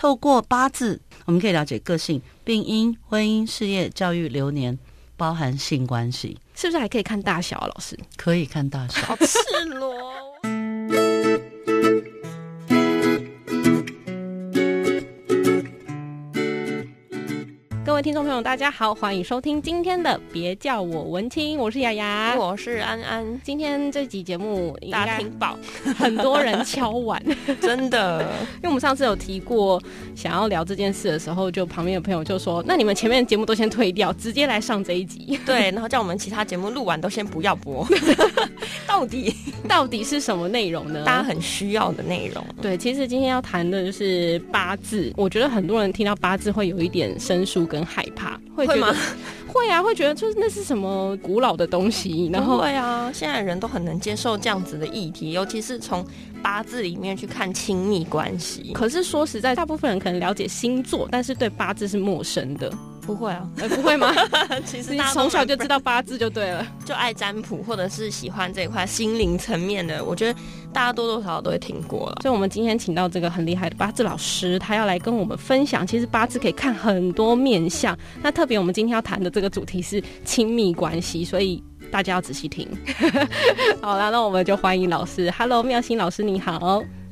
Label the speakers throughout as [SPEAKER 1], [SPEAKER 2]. [SPEAKER 1] 透过八字，我们可以了解个性、病因、婚姻、事业、教育、流年，包含性关系，
[SPEAKER 2] 是不是还可以看大小啊？老师，
[SPEAKER 1] 可以看大小。
[SPEAKER 2] 好赤裸。各位听众朋友，大家好，欢迎收听今天的《别叫我文青》，我是雅雅。
[SPEAKER 3] 我是安安，
[SPEAKER 2] 今天这集节目应
[SPEAKER 3] 大家
[SPEAKER 2] 该
[SPEAKER 3] 听饱，
[SPEAKER 2] 很多人敲 碗，因
[SPEAKER 3] 真的，
[SPEAKER 2] 为我们上次有提过想要聊这件事的时候，就旁边的朋友就说：“那你们前面的节目都先推掉，直接来上这一集。”
[SPEAKER 3] 对，然后叫我们其他节目录完都先不要播，到底
[SPEAKER 2] 到底是什么内容呢？
[SPEAKER 3] 大家很需要的内容，
[SPEAKER 2] 对，其实今天要谈的就是八字。我觉得很多人听到八字会有一点生疏跟害怕，会觉
[SPEAKER 3] 会
[SPEAKER 2] 得
[SPEAKER 3] 吗？
[SPEAKER 2] 会啊，会觉得就是那是什么古老的东西，然
[SPEAKER 3] 不
[SPEAKER 2] 后
[SPEAKER 3] 会啊，现在人都很能接受这样子的议题，尤其是从八字里面去看亲密关系，
[SPEAKER 2] 可是说实在，大部分人可能了解星座，但是对八字是陌生的。
[SPEAKER 3] 不会啊，
[SPEAKER 2] 呃，不会吗？
[SPEAKER 3] 其实
[SPEAKER 2] 你
[SPEAKER 3] 大家都
[SPEAKER 2] 从小就
[SPEAKER 3] 蛮
[SPEAKER 2] 知道八字就对了。
[SPEAKER 3] 就爱占卜，或者是喜欢这一块心灵层面的，我觉得大家多多少少都会听过了。
[SPEAKER 2] 所以，我们今天请到这个很厉害的八字老师，他要来跟我们分享，其实八字可以看很多面相。那特别我们今天要谈的这个主题是亲密关系，所以大家要仔细听。 好啦，那我们就欢迎老师，Hello，妙心老师你好。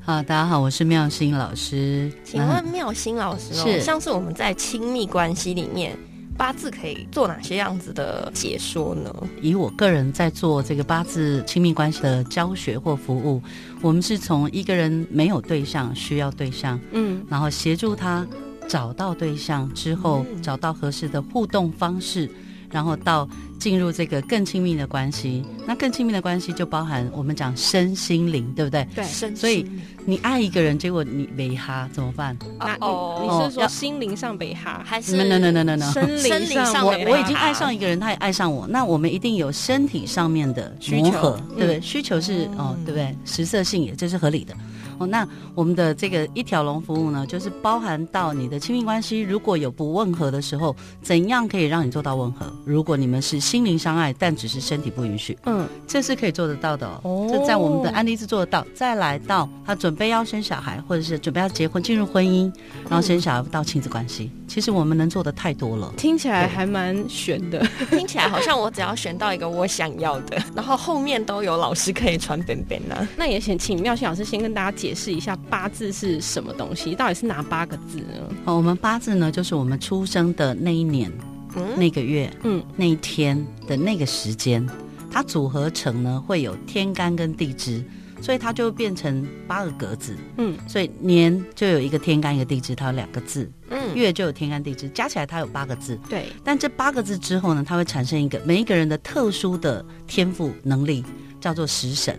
[SPEAKER 1] 好，大家好，我是妙心老师。
[SPEAKER 3] 请
[SPEAKER 1] 那
[SPEAKER 3] 问妙心老师、哦，
[SPEAKER 1] 嗯是
[SPEAKER 3] 像是我们在亲密关系里面，八字可以做哪些样子的解说呢？
[SPEAKER 1] 以我个人在做这个八字亲密关系的教学或服务，我们是从一个人没有对象需要对象，
[SPEAKER 2] 嗯，
[SPEAKER 1] 然后协助他找到对象之后，
[SPEAKER 3] 嗯
[SPEAKER 1] 找到合适的互动方式，然后到进入这个更亲密的关系。那更亲密的关系就包含我们讲身心灵，对不对？
[SPEAKER 2] 对
[SPEAKER 3] 身
[SPEAKER 1] 所以你爱一个人，结果你没哈怎么办？
[SPEAKER 2] 那
[SPEAKER 3] 啊
[SPEAKER 2] 你
[SPEAKER 3] 哦，
[SPEAKER 2] 你是说
[SPEAKER 1] 要
[SPEAKER 2] 心灵上北哈，
[SPEAKER 3] 还是
[SPEAKER 1] no no no no no no。
[SPEAKER 2] 生
[SPEAKER 3] 生
[SPEAKER 2] 理
[SPEAKER 3] 理
[SPEAKER 2] 上
[SPEAKER 3] 上
[SPEAKER 1] 我
[SPEAKER 2] 北
[SPEAKER 3] 北哈
[SPEAKER 1] 我
[SPEAKER 2] 哈
[SPEAKER 1] 已经爱上一个人，他也爱上我，那我们一定有身体上面的
[SPEAKER 2] 需
[SPEAKER 1] 磨
[SPEAKER 2] 求
[SPEAKER 1] 合，对不对？
[SPEAKER 2] 嗯
[SPEAKER 1] 需求是哦，
[SPEAKER 3] 嗯
[SPEAKER 1] 对不对？食色性也，这是合理的。哦，那我们的这个一条龙服务呢，就是包含到你的亲密关系，如果有不吻合的时候，怎样可以让你做到吻合？如果你们是心灵相爱，但只是身体不允许，
[SPEAKER 2] 嗯，
[SPEAKER 1] 这是可以做得到的哦
[SPEAKER 2] 哦。
[SPEAKER 1] 这在我们的案例是做得到。再来到他准备要生小孩，或者是准备要结婚进入婚
[SPEAKER 2] 嗯
[SPEAKER 1] 姻，然后生小孩到亲子关系，其实我们能做的太多了。
[SPEAKER 2] 听起来还蛮悬的。
[SPEAKER 3] 听起来好像我只要选到一个我想要的，然后后面都有老师可以传本本啊。
[SPEAKER 2] 那也请请妙心老师先跟大家解释一下八字是什么东西，到底是哪八个字呢？
[SPEAKER 1] 哦，我们八字呢，就是我们出生的那一年、
[SPEAKER 3] 嗯，
[SPEAKER 1] 那个月、
[SPEAKER 2] 嗯，
[SPEAKER 1] 那一天的那个时间，它组合成呢会有天干跟地支，所以它就变成八个格子。
[SPEAKER 2] 嗯，
[SPEAKER 1] 所以年就有一个天干一个地支，它有两个字；
[SPEAKER 3] 嗯，
[SPEAKER 1] 月就有天干地支，加起来它有八个字。
[SPEAKER 2] 对，
[SPEAKER 1] 但这八个字之后呢，它会产生一个每一个人的特殊的天赋能力，叫做食神。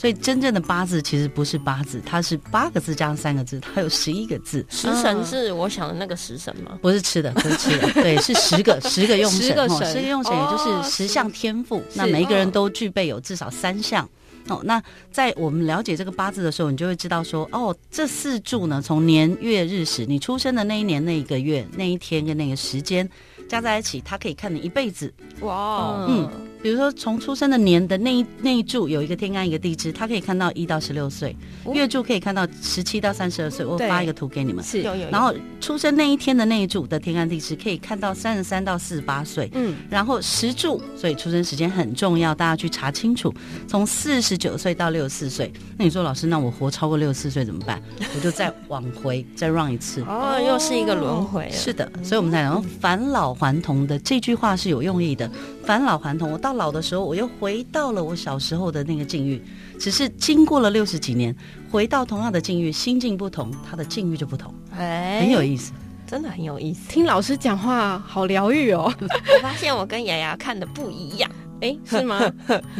[SPEAKER 1] 所以真正的八字其实不是八字，它是八个字加上三个字，它有十一个字。
[SPEAKER 3] 食神是我想的那个食神吗？
[SPEAKER 1] 不是吃 的，不是吃的，对，是十个十个用神，
[SPEAKER 2] 十个
[SPEAKER 1] 哦
[SPEAKER 2] 神
[SPEAKER 1] 十个用神，也
[SPEAKER 3] 哦
[SPEAKER 1] 就是十项天赋。那每一个人都具备有至少三项。哦，那在我们了解这个八字的时候，你就会知道说，哦，这四柱呢，从年月日时，你出生的那一年、那一个月、那一天跟那个时间加在一起，它可以看你一辈子。
[SPEAKER 3] 哇哦，
[SPEAKER 1] 嗯，比如说，从出生的年的那一那一柱有一个天干一个地支，它可以看到一到十六岁，
[SPEAKER 3] 哦
[SPEAKER 1] 月柱可以看到十七到三十二岁。我
[SPEAKER 2] 对
[SPEAKER 1] 发一个图给你们。
[SPEAKER 2] 是
[SPEAKER 3] 有有有，
[SPEAKER 1] 然后出生那一天的那一柱的天干地支可以看到三十三到四十八岁，
[SPEAKER 2] 嗯，
[SPEAKER 1] 然后十柱，所以出生时间很重要，大家去查清楚。从四十九岁到六十四岁，那你说老师，那我活超过六十四岁怎么办？我就再往回再 run 一次。
[SPEAKER 3] 哦，又是一个轮回了。
[SPEAKER 1] 是的，所以我们才能返老还童的这句话是有用意的。返老还童，我到老的时候，我又回到了我小时候的那个境遇，只是经过了六十几年，回到同样的境遇，心境不同，他的境遇就不同，
[SPEAKER 3] 哎，
[SPEAKER 1] 很有意思。
[SPEAKER 3] 真的很有意思。
[SPEAKER 2] 听老师讲话好疗愈哦。
[SPEAKER 3] 我发现我跟雅雅看的不一样。
[SPEAKER 2] 哎，是 吗？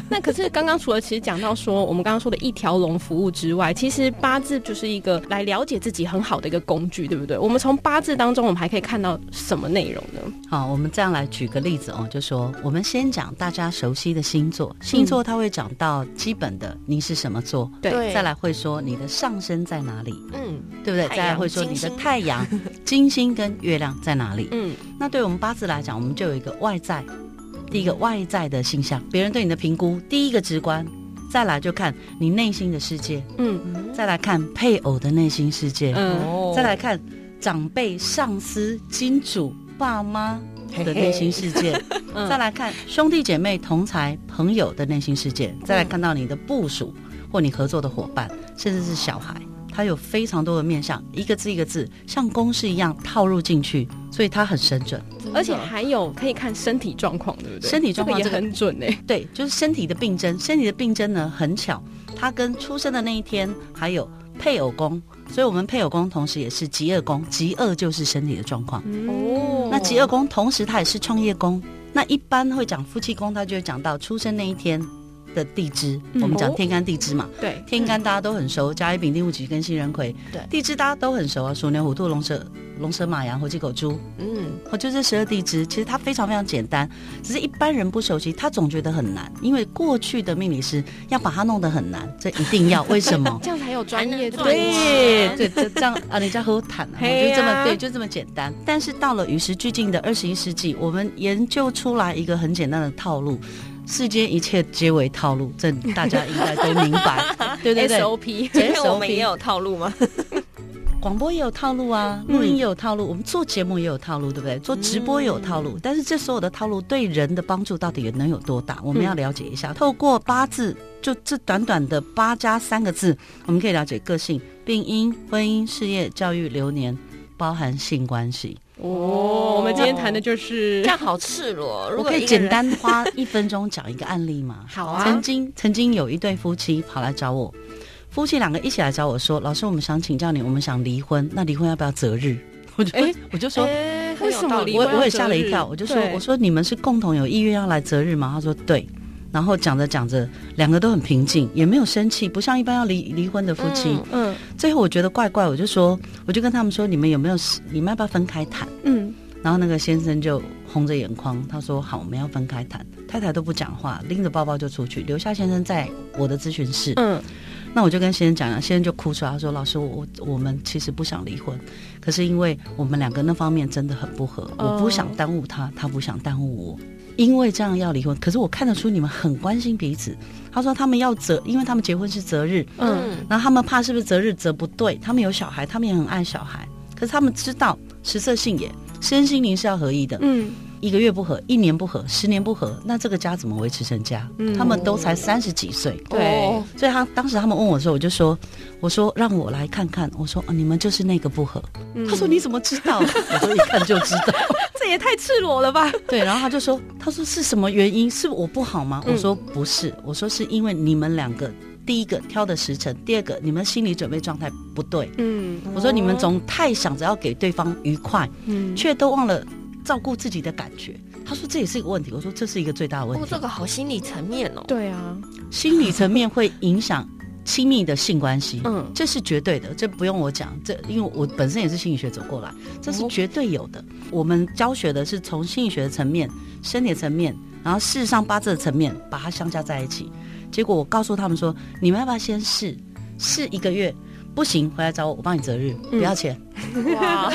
[SPEAKER 2] 那可是刚刚除了其实讲到说我们刚刚说的一条龙服务之外，其实八字就是一个来了解自己很好的一个工具，对不对？我们从八字当中，我们还可以看到什么内容呢？
[SPEAKER 1] 好，我们这样来举个例子哦，就说我们先讲大家熟悉的星座，
[SPEAKER 3] 嗯
[SPEAKER 1] 星座它会讲到基本的你是什么座，
[SPEAKER 2] 对
[SPEAKER 1] 再，来会说你的上升在哪里，
[SPEAKER 3] 嗯，
[SPEAKER 1] 对不对？
[SPEAKER 3] 太阳
[SPEAKER 1] 再来会说你的
[SPEAKER 3] 金星
[SPEAKER 1] 太阳、 金星跟月亮在哪里。
[SPEAKER 2] 嗯，
[SPEAKER 1] 那对我们八字来讲，我们就有一个外在，第一个外在的形象，别人对你的评估，第一个直观。再来就看你内心的世界，
[SPEAKER 2] 嗯
[SPEAKER 1] 再来看配偶的内心世界，
[SPEAKER 2] 嗯
[SPEAKER 3] 哦
[SPEAKER 1] 再来看长辈、上司、金主、爸妈
[SPEAKER 3] 嘿
[SPEAKER 1] 的
[SPEAKER 3] 嘿
[SPEAKER 1] 内心世界，
[SPEAKER 2] 嗯
[SPEAKER 1] 再来看兄弟姐妹、同才、朋友的内心世界，
[SPEAKER 3] 嗯
[SPEAKER 1] 再来看到你的部属或你合作的伙伴，甚至是小孩，它有非常多的面向，一个字一个字像公式一样套入进去，所以它很深准。
[SPEAKER 2] 而且还有可以看身体状况，对不对？
[SPEAKER 1] 身体状况
[SPEAKER 2] 这
[SPEAKER 1] 这
[SPEAKER 2] 个
[SPEAKER 1] 个
[SPEAKER 2] 也很准哎、
[SPEAKER 1] 对，就是身体的病症。身体的病症呢，很巧，它跟出生的那一天还有配偶宫，所以我们配偶宫同时也是极恶宫，极恶就是身体的状况。
[SPEAKER 3] 哦
[SPEAKER 1] 那极恶宫同时它也是创业宫。那一般会讲夫妻宫，它就会讲到出生那一天的地支，
[SPEAKER 2] 嗯
[SPEAKER 1] 我们讲天干地支
[SPEAKER 3] 哦
[SPEAKER 1] 嘛。
[SPEAKER 2] 对，
[SPEAKER 1] 天干大家都很熟，甲乙丙丁戊己庚辛壬癸。
[SPEAKER 3] 对
[SPEAKER 1] 地支大家都很熟啊，鼠牛虎兔龙蛇龙蛇马羊猴鸡狗猪。
[SPEAKER 3] 嗯，
[SPEAKER 1] 哦，就这十二地支，其实它非常非常简单，只是一般人不熟悉，他总觉得很难，因为过去的命理师要把它弄得很难，这一定要为什 么？
[SPEAKER 2] 这样才有专业
[SPEAKER 3] 还能赚
[SPEAKER 1] 对
[SPEAKER 3] 钱
[SPEAKER 1] 对，这这样啊，人家和我谈啊，
[SPEAKER 2] 嘿
[SPEAKER 1] 就这么
[SPEAKER 2] 呀
[SPEAKER 1] 对，就这么简单。但是到了与时俱进的二十一世纪，我们研究出来一个很简单的套路，世间一切皆为套路，这大家应该都明白， 对对对。
[SPEAKER 2] SOP
[SPEAKER 1] 这
[SPEAKER 3] 今
[SPEAKER 1] 是
[SPEAKER 3] 天
[SPEAKER 1] SOP
[SPEAKER 3] 我们也有套路吗？
[SPEAKER 1] 广播也有套路啊，
[SPEAKER 2] 嗯
[SPEAKER 1] 录音也有套路，我们做节目也有套路，对不对？做直播也有套路，但是这所有的套路对人的帮助到底能有多大？我们要了解一下。透过八字，就这短短的八加三个字，我们可以了解个性、病因、婚姻、事业、教育、流年，包含性关系。
[SPEAKER 2] 哦，我们今天谈的就 是
[SPEAKER 3] 这样好赤裸。如
[SPEAKER 1] 我
[SPEAKER 3] 果
[SPEAKER 1] 可以
[SPEAKER 3] 一个人
[SPEAKER 1] 简，单花一分钟讲一个案例吗？
[SPEAKER 2] 好 啊
[SPEAKER 1] 曾经曾经有一对夫妻跑来找我，夫妻两个一起来找我说：“老师，我们想请教你，我们想离婚，那离婚要不要择日？”我就、
[SPEAKER 2] 哎
[SPEAKER 1] 我就说。
[SPEAKER 3] 哎
[SPEAKER 2] 为什么离
[SPEAKER 1] 我
[SPEAKER 2] 婚要
[SPEAKER 1] 我也吓了
[SPEAKER 2] 择
[SPEAKER 1] 一
[SPEAKER 2] 日
[SPEAKER 1] 跳，我就说
[SPEAKER 2] 对
[SPEAKER 1] 我说你们是共同有意愿要来择日吗？他说对，然后讲着讲着，两个都很平静，也没有生气，不像一般要离离婚的夫妻。
[SPEAKER 3] 嗯
[SPEAKER 2] 嗯
[SPEAKER 1] 最后我觉得怪怪，我就说我就跟他们说，你们有没有你们要不要分开谈？
[SPEAKER 2] 嗯，
[SPEAKER 1] 然后那个先生就红着眼眶，他说好，我们要分开谈。太太都不讲话，拎着包包就出去，留下先生在我的咨询室。
[SPEAKER 2] 嗯，
[SPEAKER 1] 那我就跟先生讲了，先生就哭出来，他说：“老师，我我们其实不想离婚，可是因为我们两个那方面真的很不合，
[SPEAKER 2] 哦
[SPEAKER 1] 我不想耽误他，他不想耽误我，因为这样要离婚。可是我看得出你们很关心彼此。”他说：“他们要择，因为他们结婚是择日，
[SPEAKER 2] 嗯，
[SPEAKER 1] 然后他们怕是不是择日择不对，他们有小孩，他们也很爱小孩，可是他们知道食色性也，身心灵是要合一的，
[SPEAKER 2] 嗯
[SPEAKER 1] 一个月不合，一年不合，十年不合，那这个家怎么维持成家？
[SPEAKER 2] 嗯
[SPEAKER 1] 他们都才三十几岁。”
[SPEAKER 2] 对
[SPEAKER 3] 对，
[SPEAKER 1] 所以他当时他们问我的时候，我就说，我说让我来看看，我说、啊、你们就是那个不合。
[SPEAKER 2] 嗯
[SPEAKER 1] 他说你怎么知 道？我说一看就知道。
[SPEAKER 2] 这也太赤裸了吧？
[SPEAKER 1] 对，然后他就说，他说是什么原因？是我不好吗？
[SPEAKER 2] 嗯
[SPEAKER 1] 我说不是，我说是因为你们两个，第一个挑的时辰，第二个你们心理准备状态不对。
[SPEAKER 2] 嗯
[SPEAKER 1] 我说你们总太想着要给对方愉快，
[SPEAKER 2] 嗯，
[SPEAKER 1] 却都忘了照顾自己的感觉。他说这也是一个问题。我说这是一个最大的问
[SPEAKER 3] 哦，
[SPEAKER 1] 题
[SPEAKER 3] 这，个好心理层面 哦。
[SPEAKER 2] 对啊，
[SPEAKER 1] 心理层面会影响亲密的性关系。
[SPEAKER 2] 嗯
[SPEAKER 1] 这是绝对的，这不用我讲，这因为我本身也是心理学走过来，这是绝对有的。我们教学的是从心理学的层面、身体的层面，然后事实上八字的层面把它相加在一起。结果我告诉他们说，你们要不要先试试一个月？不行，回来找我，我帮你择日，不要钱。
[SPEAKER 3] 哇，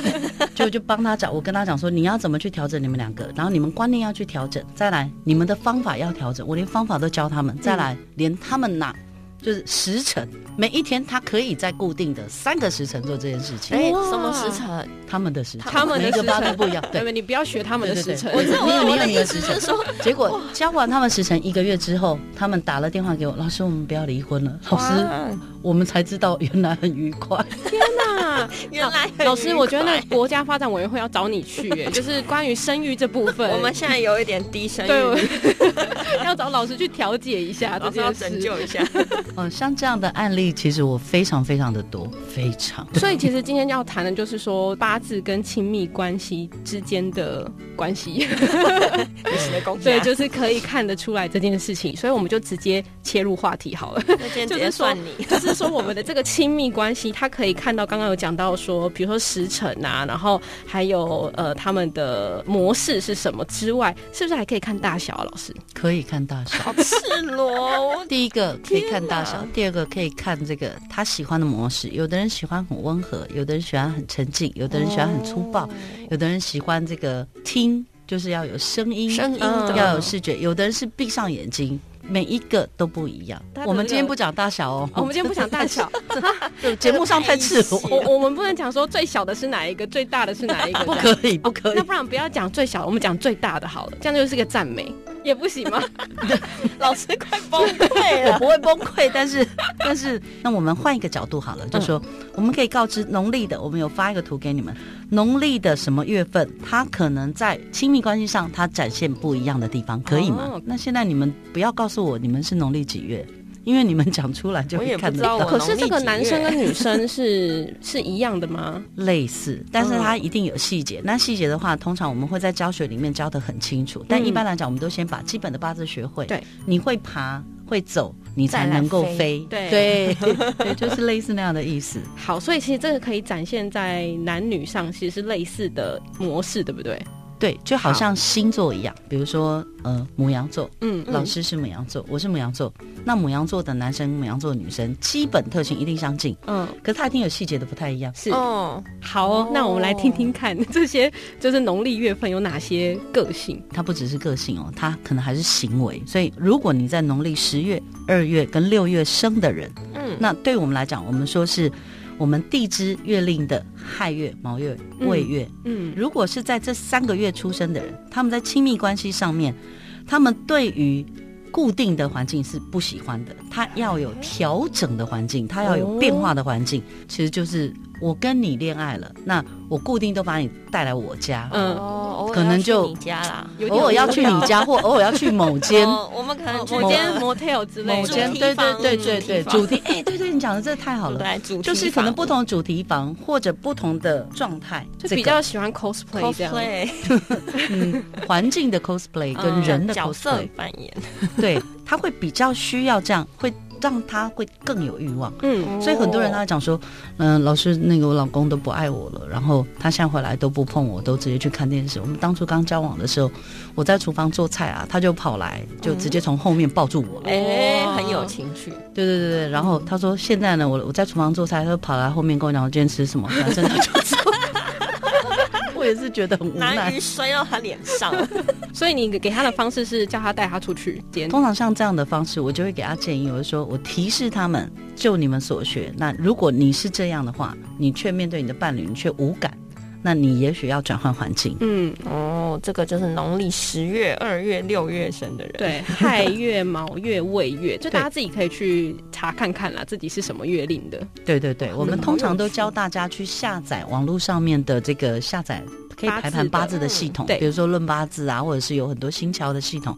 [SPEAKER 1] 就就帮他讲，我跟他讲说，你要怎么去调整你们两个，然后你们观念要去调整，再来你们的方法要调整，我连方法都教他
[SPEAKER 2] 嗯
[SPEAKER 1] 们，再来连他们哪就是时辰，每一天他可以在固定的三个时辰做这件事情，
[SPEAKER 3] 哎，
[SPEAKER 2] 哇
[SPEAKER 3] 什么时辰？
[SPEAKER 1] 他们的时辰，
[SPEAKER 2] 他们的
[SPEAKER 1] 每一个
[SPEAKER 2] 时
[SPEAKER 1] 八字
[SPEAKER 2] 辰
[SPEAKER 1] 不一样，对。
[SPEAKER 2] 对，你不要学他们的
[SPEAKER 1] 对
[SPEAKER 2] 时
[SPEAKER 1] 对
[SPEAKER 2] 辰
[SPEAKER 1] 对，我知道
[SPEAKER 3] 我
[SPEAKER 1] 你
[SPEAKER 3] 的
[SPEAKER 1] 有你有
[SPEAKER 3] 我的
[SPEAKER 1] 你的
[SPEAKER 3] 意思
[SPEAKER 1] 时辰
[SPEAKER 3] 是说，
[SPEAKER 1] 结果教完他们时辰一个月之后，他们打了电话给我，老师，我们不要离婚了。老师，
[SPEAKER 3] 哇
[SPEAKER 1] 我们才知道原来很愉快。
[SPEAKER 2] 那
[SPEAKER 3] 原来
[SPEAKER 2] 啊
[SPEAKER 3] 很
[SPEAKER 2] 老师，我觉得那
[SPEAKER 3] 愉
[SPEAKER 2] 个国家发展委员会要找你去， 哎就是关于生育这部分，
[SPEAKER 3] 快我们现在有一点低声
[SPEAKER 2] 对
[SPEAKER 3] 音，
[SPEAKER 2] 我 要找老师去调解一下这
[SPEAKER 3] 老师要
[SPEAKER 2] 件事。
[SPEAKER 3] 拯救 一下。
[SPEAKER 1] 哦，像这样的案例，其实我非常非常的多，非常。
[SPEAKER 2] 所以其实今天要谈的就是说八字跟亲密关系之间的关系， 对，就是可以看得出来这件事情，所以我们就直接切入话题好了。
[SPEAKER 3] 那今天直
[SPEAKER 2] 就
[SPEAKER 3] 接
[SPEAKER 2] 是说
[SPEAKER 3] 算你。
[SPEAKER 2] 就是说我们的这个亲密关系，它可以看到刚刚有讲到说，比如说时辰啊，然后还有呃他们的模式是什么之外，是不是还可以看大小啊？老师，
[SPEAKER 1] 可以看大小。
[SPEAKER 3] 好赤裸，
[SPEAKER 1] 第一个可以看大
[SPEAKER 3] 天
[SPEAKER 1] 小
[SPEAKER 3] 哪，
[SPEAKER 1] 第二个可以看这个他喜欢的模式。有的人喜欢很温和，有的人喜欢很沉静，有的人喜欢很粗暴，有的人喜欢这个听，就是要有声音，
[SPEAKER 3] 声音
[SPEAKER 2] 嗯
[SPEAKER 3] 的
[SPEAKER 1] 要有视觉。有的人是闭上眼睛，每一个都不一样
[SPEAKER 2] 它。的
[SPEAKER 1] 我们今天
[SPEAKER 2] 那个
[SPEAKER 1] 不讲大小哦，
[SPEAKER 2] 我们今天不讲大小，
[SPEAKER 1] 对 节目上太赤
[SPEAKER 2] 我
[SPEAKER 1] 裸，
[SPEAKER 2] 我们不能讲说最小的是哪一个，最大的是哪一 个，
[SPEAKER 1] 不
[SPEAKER 2] 这样。
[SPEAKER 1] 可以，不可以
[SPEAKER 2] 那。不然不要讲最小的，我们讲最大的好了，这样就是个赞美，也不行吗？
[SPEAKER 3] 老师快崩溃
[SPEAKER 1] 我
[SPEAKER 3] 了。
[SPEAKER 1] 不会崩溃，但是 但是，那我们换一个角度好了，就
[SPEAKER 3] 嗯
[SPEAKER 1] 说、我们可以告知农历的，我们有发一个图给你们，农历的什么月份，它可能在亲密关系上它展现不一样的地方，可以吗？
[SPEAKER 2] 哦
[SPEAKER 1] 那现在你们不要告诉我你们是农历几月，因为你们讲出来就
[SPEAKER 3] 我
[SPEAKER 1] 会
[SPEAKER 3] 也不
[SPEAKER 1] 看得
[SPEAKER 3] 知道
[SPEAKER 1] 到
[SPEAKER 3] 我
[SPEAKER 2] 可是这个男生跟女生是是一样的吗？
[SPEAKER 1] 类似，但是它一定有细节。那细节的话，通常我们会在教学里面教得很清楚，但一般来讲，我们都先把基本的八字学会。
[SPEAKER 2] 对，
[SPEAKER 1] 你会爬会走，你才
[SPEAKER 3] 再来
[SPEAKER 1] 能够
[SPEAKER 3] 飞
[SPEAKER 1] 飞。
[SPEAKER 2] 对
[SPEAKER 1] 对 对，就是类似那样的意思。
[SPEAKER 2] 好，所以其实这个可以展现在男女上，其实是类似的模式，对不对？
[SPEAKER 1] 对，就好像星座一样，比如说，呃，母羊座，
[SPEAKER 2] 嗯，
[SPEAKER 1] 老师是母羊座，我是母羊座，那母羊座的男生、母羊座的女生基本特性一定相近，
[SPEAKER 2] 嗯，
[SPEAKER 1] 可是他一定有细节的不太一样。
[SPEAKER 2] 是。
[SPEAKER 3] 哦，
[SPEAKER 2] 好哦，那我们来听听看
[SPEAKER 1] 哦
[SPEAKER 2] 这些就是农历月份有哪些个性。
[SPEAKER 1] 它不只是个性哦，它可能还是行为。所以，如果你在农历十月、二月跟六月生的人，
[SPEAKER 3] 嗯，
[SPEAKER 1] 那对我们来讲，我们说是我们地支月令的亥月、卯月、未月。
[SPEAKER 2] 嗯，
[SPEAKER 1] 如果是在这三个月出生的人，他们在亲密关系上面，他们对于固定的环境是不喜欢的，他要有调整的环境，他要有变化的环境，其实就是我跟你恋爱了，那我固定都把你带来我家，
[SPEAKER 2] 嗯
[SPEAKER 3] 哦，偶尔
[SPEAKER 1] 可能
[SPEAKER 3] 要去
[SPEAKER 1] 就
[SPEAKER 3] 你家啦。
[SPEAKER 2] 有点
[SPEAKER 1] 偶尔要去你
[SPEAKER 2] 无聊
[SPEAKER 1] 家或偶尔要去某间。
[SPEAKER 3] 哦我们可能去
[SPEAKER 2] 某间 motel 之类
[SPEAKER 1] 某
[SPEAKER 2] 的，
[SPEAKER 1] 间
[SPEAKER 3] 主题
[SPEAKER 1] 对对
[SPEAKER 3] 房
[SPEAKER 1] 对
[SPEAKER 3] 主
[SPEAKER 1] 对
[SPEAKER 3] 题
[SPEAKER 1] 对，
[SPEAKER 3] 房
[SPEAKER 1] 主题哎，对对，你讲的这太好了，
[SPEAKER 3] 对主题
[SPEAKER 1] 就是可能
[SPEAKER 3] 房
[SPEAKER 1] 不同的主题房或者不同的状态，
[SPEAKER 2] 就
[SPEAKER 1] 这
[SPEAKER 2] 比
[SPEAKER 1] 个
[SPEAKER 2] 较喜欢 cosplay 这样。
[SPEAKER 3] cosplay
[SPEAKER 1] 嗯环境的 cosplay 跟
[SPEAKER 2] 嗯
[SPEAKER 1] 人的
[SPEAKER 3] 角色
[SPEAKER 1] cosplay，
[SPEAKER 3] 扮演，
[SPEAKER 1] 对，他会比较需要这样，会让他会更有欲望。
[SPEAKER 2] 嗯，
[SPEAKER 1] 所以很多人
[SPEAKER 3] 哦
[SPEAKER 1] 他讲说，嗯、老师，那个我老公都不爱我了，然后他现在回来都不碰我，都直接去看电视。我们当初刚交往的时候，我在厨房做菜啊，他就跑来，就
[SPEAKER 2] 嗯
[SPEAKER 1] 直接从后面抱住我了。
[SPEAKER 3] 哎，
[SPEAKER 2] 哇
[SPEAKER 3] 很有情趣。
[SPEAKER 1] 对对对对，然后他说现在呢，我我在厨房做菜，他就跑来后面跟我讲我今天吃什么， 反正他就走。我也是觉得很无
[SPEAKER 3] 拿
[SPEAKER 1] 奈
[SPEAKER 3] 鱼。摔到他脸 上，
[SPEAKER 2] 所以你给他的方式是叫他带他出去，点
[SPEAKER 1] 通常像这样的方式，我就会给他建议，我就说我提示他们，就你们所学。那如果你是这样的话，你却面对你的伴侣，你却无感，那你也许要转换环境。
[SPEAKER 2] 嗯，
[SPEAKER 3] 哦，这个就是农历十月、二月、六月生的人，，
[SPEAKER 2] 对，亥月、卯月、未月，就
[SPEAKER 1] 对
[SPEAKER 2] 大家自己可以去查看看啦，自己是什么月令的。
[SPEAKER 1] 对对对，我们
[SPEAKER 3] 嗯
[SPEAKER 1] 通常都教大家去下载网络上面的这个下载可以排盘八
[SPEAKER 2] 八
[SPEAKER 1] 字
[SPEAKER 2] 字
[SPEAKER 1] 的
[SPEAKER 3] 的
[SPEAKER 1] 系统，
[SPEAKER 2] 嗯对
[SPEAKER 1] 比如说论八字啊，或者是有很多新桥的系统，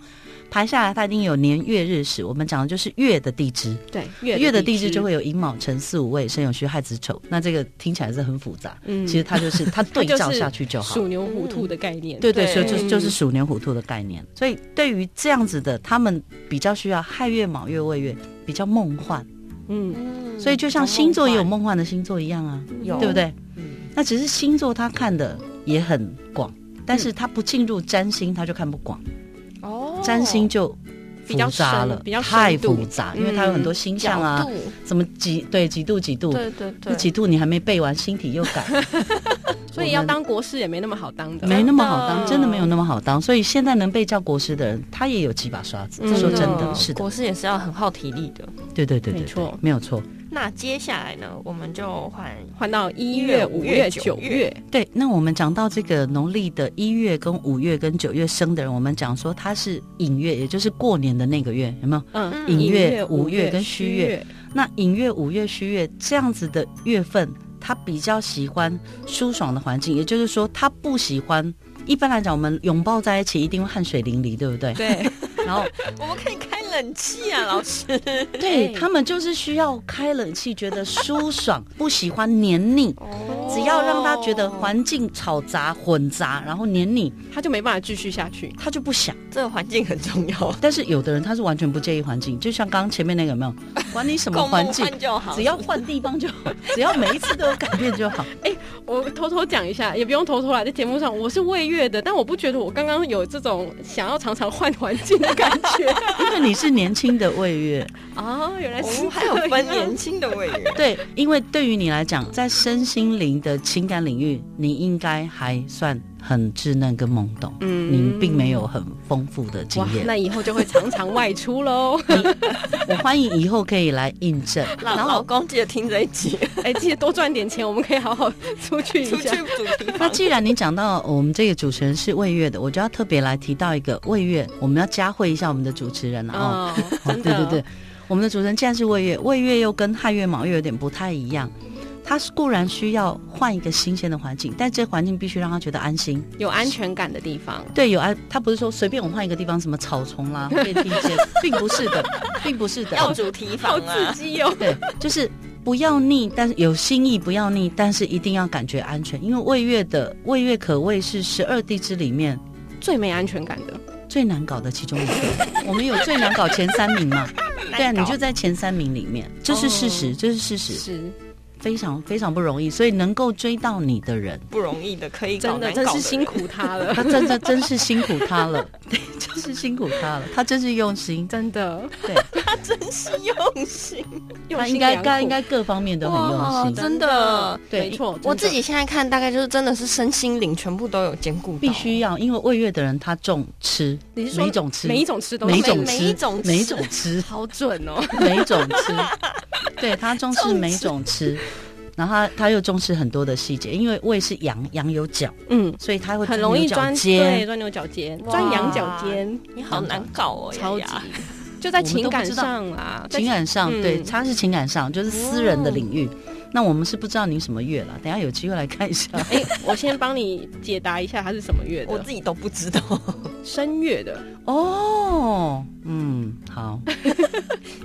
[SPEAKER 1] 排下来它一定有年月日时。我们讲的就是月的地支，
[SPEAKER 2] 对，
[SPEAKER 1] 月的地
[SPEAKER 2] 支
[SPEAKER 1] 支就会有寅卯辰巳午未申酉戌亥子丑。那这个听起来是很复杂，
[SPEAKER 2] 嗯
[SPEAKER 1] 其实它就是它对
[SPEAKER 2] 就是
[SPEAKER 1] 照下去就好。
[SPEAKER 2] 鼠牛虎兔的概念。
[SPEAKER 1] 对对，
[SPEAKER 3] 对
[SPEAKER 1] 所以就是
[SPEAKER 2] 嗯
[SPEAKER 1] 就是鼠牛虎兔的概念。所以对于这样子的，他们比较需要亥月卯月未月，比较梦幻。
[SPEAKER 2] 嗯，
[SPEAKER 3] 嗯
[SPEAKER 1] 所以就像星座也有，梦幻的星座一样啊。
[SPEAKER 3] 有
[SPEAKER 1] 对不？对？
[SPEAKER 2] 嗯
[SPEAKER 1] 那只是星座，他看的也很广，但是他不进入占星，他就看不广。
[SPEAKER 3] 哦，
[SPEAKER 1] 占星就
[SPEAKER 2] 比较
[SPEAKER 1] 复杂
[SPEAKER 2] 深
[SPEAKER 1] 了，
[SPEAKER 2] 比较深
[SPEAKER 1] 太
[SPEAKER 2] 度嗯
[SPEAKER 1] 复杂，因为它有很多星象啊
[SPEAKER 3] 角，度，
[SPEAKER 1] 什么几对几度几度，
[SPEAKER 3] 对对
[SPEAKER 1] 那
[SPEAKER 3] 对，
[SPEAKER 1] 几度你还没背完，星体又改，
[SPEAKER 2] 所以要当国师也没那么好当的。
[SPEAKER 1] 没那么好当，
[SPEAKER 3] 真的
[SPEAKER 1] 真的没有那么好当。所以现在能被叫国师的人，他也有几把刷子。
[SPEAKER 2] 嗯
[SPEAKER 1] 说真的，是的，
[SPEAKER 3] 国师也是要很耗体力的。
[SPEAKER 1] 对对对对，
[SPEAKER 2] 没错
[SPEAKER 1] 对没有错。
[SPEAKER 3] 那接下来呢，我们就换
[SPEAKER 2] 换到一月、五月、九月，
[SPEAKER 1] 对，那我们讲到这个农历的一月、跟五月、跟九月生的人，我们讲说他是寅月，也就是过年的那个月，有没有？
[SPEAKER 2] 嗯，
[SPEAKER 1] 寅
[SPEAKER 2] 寅
[SPEAKER 1] 月
[SPEAKER 2] 月、
[SPEAKER 1] 午
[SPEAKER 2] 午
[SPEAKER 1] 月
[SPEAKER 2] 月
[SPEAKER 1] 跟戌月，那寅月、午月、戌月这样子的月份，他比较喜欢舒爽的环境，也就是说，他不喜欢。一般来讲，我们拥抱在一起一定会汗水淋漓，对不对？
[SPEAKER 2] 对，
[SPEAKER 1] 然 后，
[SPEAKER 3] 我们可以开冷气啊，老师。
[SPEAKER 1] 对他们就是需要开冷气，觉得舒爽，不喜欢黏腻。只要让他觉
[SPEAKER 3] 哦
[SPEAKER 1] 得环境吵杂、混杂，然后黏腻，
[SPEAKER 2] 他就没办法继续下去。
[SPEAKER 1] 他就不想。
[SPEAKER 3] 这个环境很重要，
[SPEAKER 1] 但是有的人他是完全不介意环境，就像刚刚前面那个有没有，管你什么
[SPEAKER 3] 共
[SPEAKER 1] 环境，
[SPEAKER 3] 换就好，
[SPEAKER 1] 只要换地方就好，只要每一次都有改变就好。
[SPEAKER 2] 我偷偷讲一下，也不用偷偷啦，在节目上我是未月的，但我不觉得我刚刚有这种想要常常换环境的感 觉
[SPEAKER 1] 因为你是年轻的未月，
[SPEAKER 2] 哦，原来是
[SPEAKER 3] 哦还有分
[SPEAKER 2] 这样
[SPEAKER 3] 年轻的委员。
[SPEAKER 1] 对，因为对于你来讲，在身心灵您的情感领域，你应该还算很稚嫩跟懵懂，
[SPEAKER 2] 嗯
[SPEAKER 1] 您并没有很丰富的经
[SPEAKER 2] 哇，
[SPEAKER 1] 验。
[SPEAKER 2] 那以后就会常常外 出喽。
[SPEAKER 1] 我欢迎以后可以来印证。
[SPEAKER 3] 老老公记得听这一集，
[SPEAKER 2] 哎、记得多赚点钱，我们可以好好出去一
[SPEAKER 3] 出去
[SPEAKER 2] 下。
[SPEAKER 3] 主题
[SPEAKER 1] 那
[SPEAKER 3] 房。
[SPEAKER 1] 既然你讲到呃我们这个主持人是魏月的，我就要特别来提到一个魏月，我们要加惠一下我们的主持人啊、哦。
[SPEAKER 2] 哦，
[SPEAKER 1] 哦
[SPEAKER 2] 真
[SPEAKER 1] 对
[SPEAKER 2] 的，
[SPEAKER 1] 对对，我们的主持人既然是魏月，魏月又跟汉月、卯月有点不太一样。他是固然需要换一个新鲜的环境，但这环境必须让他觉得安心。
[SPEAKER 2] 有安全感的地方。
[SPEAKER 1] 对，有安，他不是说随便我换一个地方，什么草丛啦、变地间，并不是的，并不是的。
[SPEAKER 3] 要主题
[SPEAKER 2] 好
[SPEAKER 3] 房
[SPEAKER 2] 刺
[SPEAKER 3] 啊！
[SPEAKER 2] 激哦！
[SPEAKER 1] 对，就是不要腻，但是有新意，不要腻，但是一定要感觉安全。因为魏月的魏月可谓是十二地支里面
[SPEAKER 2] 最没安全感的，
[SPEAKER 1] 最难搞的其中一个。我们有最难搞前三名嘛？对啊，
[SPEAKER 3] 难搞
[SPEAKER 1] 你就在前三名里面，这是事实，
[SPEAKER 2] 哦
[SPEAKER 1] 这是事实，
[SPEAKER 2] 是
[SPEAKER 1] 非常非常不容易。所以能够追到你的人，
[SPEAKER 3] 不容易的，可以搞
[SPEAKER 2] 真的，
[SPEAKER 3] 难
[SPEAKER 2] 真
[SPEAKER 3] 搞
[SPEAKER 2] 是
[SPEAKER 3] 人
[SPEAKER 2] 辛。苦他了，
[SPEAKER 1] 他 真的真是辛苦他了，对，真是辛苦他 了，他真是用心，
[SPEAKER 2] 真的，
[SPEAKER 1] 对
[SPEAKER 3] 他真是用心，
[SPEAKER 1] 他应该
[SPEAKER 2] 该
[SPEAKER 1] 该应该各方面都很用
[SPEAKER 3] 哇
[SPEAKER 1] 心。
[SPEAKER 3] 真的。
[SPEAKER 1] 对
[SPEAKER 2] 没错，
[SPEAKER 3] 我
[SPEAKER 2] 真
[SPEAKER 3] 自
[SPEAKER 2] 的
[SPEAKER 3] 己现在看，大概就是真的是身心灵全部都有兼顾到，
[SPEAKER 1] 必须要，因为魏月的人他重吃，
[SPEAKER 2] 你是说
[SPEAKER 1] 每种吃，
[SPEAKER 2] 每一种吃都
[SPEAKER 1] 每
[SPEAKER 2] 是，
[SPEAKER 1] 一种
[SPEAKER 3] 每
[SPEAKER 1] 吃，
[SPEAKER 3] 每一种吃
[SPEAKER 1] 每一种吃
[SPEAKER 2] 好准哦，
[SPEAKER 1] 每一种吃，对他重视每一种吃。然后他他又重视很多的细节，因为胃是羊，羊有角，
[SPEAKER 2] 嗯，
[SPEAKER 1] 所以他会
[SPEAKER 2] 很容易
[SPEAKER 1] 钻
[SPEAKER 2] 钻
[SPEAKER 1] 牛角尖
[SPEAKER 2] 对，钻牛角尖，
[SPEAKER 3] 哇
[SPEAKER 2] 钻羊角尖，
[SPEAKER 3] 你好难搞哦，
[SPEAKER 2] 超级
[SPEAKER 3] 雅雅。
[SPEAKER 2] 就在情感上啦，在
[SPEAKER 1] 情感上，
[SPEAKER 2] 嗯哦
[SPEAKER 1] 对，他是情感上，就是私人的领域。那我们是不知道您什么月了，等一下有机会来看一下。
[SPEAKER 2] 哎， 我先帮你解答一下它是什么月
[SPEAKER 3] 我
[SPEAKER 2] 的，
[SPEAKER 3] 自己都不知 道，
[SPEAKER 2] 声乐的，
[SPEAKER 1] 哦，嗯，好，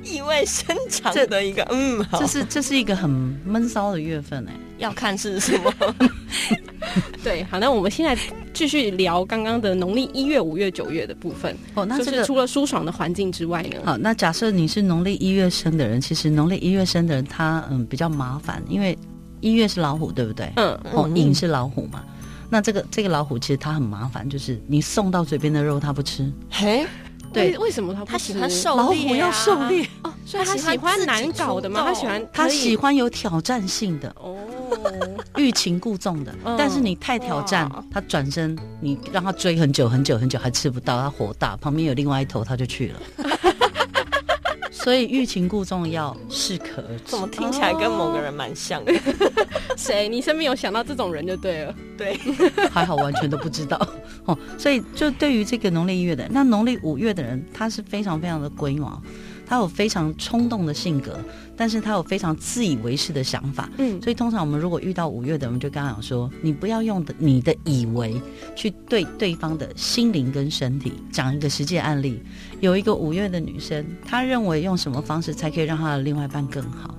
[SPEAKER 3] 意味深长
[SPEAKER 1] 这
[SPEAKER 3] 的一个，嗯，好
[SPEAKER 1] 这，是这是一个很闷骚的月份哎、
[SPEAKER 3] 要看是什么。
[SPEAKER 2] 对，好，那我们现在继续聊刚刚的农历一月、五月、九月的部分，
[SPEAKER 1] 哦，那
[SPEAKER 2] 就
[SPEAKER 1] 这
[SPEAKER 2] 是
[SPEAKER 1] 个
[SPEAKER 2] 除了舒爽的环境之外呢，
[SPEAKER 1] 好，那假设你是农历一月生的人，其实农历一月生的人他嗯比较麻烦，因为一月是老虎，对不对？
[SPEAKER 2] 嗯，
[SPEAKER 1] 哦，
[SPEAKER 3] 嗯
[SPEAKER 1] 寅是老虎嘛。那这个这个老虎其实它很麻烦，就是你送到嘴边的肉它不吃，
[SPEAKER 3] 嘿，
[SPEAKER 1] 对
[SPEAKER 2] 为为什么他不
[SPEAKER 3] 他喜欢
[SPEAKER 2] 吃
[SPEAKER 3] 狩猎、啊，
[SPEAKER 1] 老虎要狩猎，，
[SPEAKER 2] 哦，所以他
[SPEAKER 3] 他喜欢
[SPEAKER 2] 喜
[SPEAKER 3] 自
[SPEAKER 2] 欢
[SPEAKER 3] 己
[SPEAKER 2] 难搞的
[SPEAKER 3] 主
[SPEAKER 2] 吗？他
[SPEAKER 3] 动
[SPEAKER 2] 喜欢
[SPEAKER 1] 它
[SPEAKER 2] 可以
[SPEAKER 1] 喜欢有挑战性的、
[SPEAKER 2] 哦，
[SPEAKER 1] 欲擒故纵的。
[SPEAKER 2] 嗯
[SPEAKER 1] 但是你太挑战
[SPEAKER 3] 哇，
[SPEAKER 1] 它转身，你让它追很久很久很久还吃不到，它火大，旁边有另外一头它就去了。所以欲擒故纵要适可而止
[SPEAKER 3] 怎。么听起来跟某个人蛮像的？
[SPEAKER 2] 谁？你身边有想到这种人就对了。
[SPEAKER 3] 对，
[SPEAKER 1] 还好完全都不知道 哦。所以就对于这个农历一月的人，那农历五月的人，他是非常非常的龟毛，他有非常冲动的性格，但是他有非常自以为是的想法。
[SPEAKER 2] 嗯，
[SPEAKER 1] 所以通常我们如果遇到五月的人，我们就跟他讲说，你不要用的你的以为去对对方的心灵跟身体。讲一个实际的案例，有一个五月的女生，她认为用什么方式才可以让她的另外一半更好，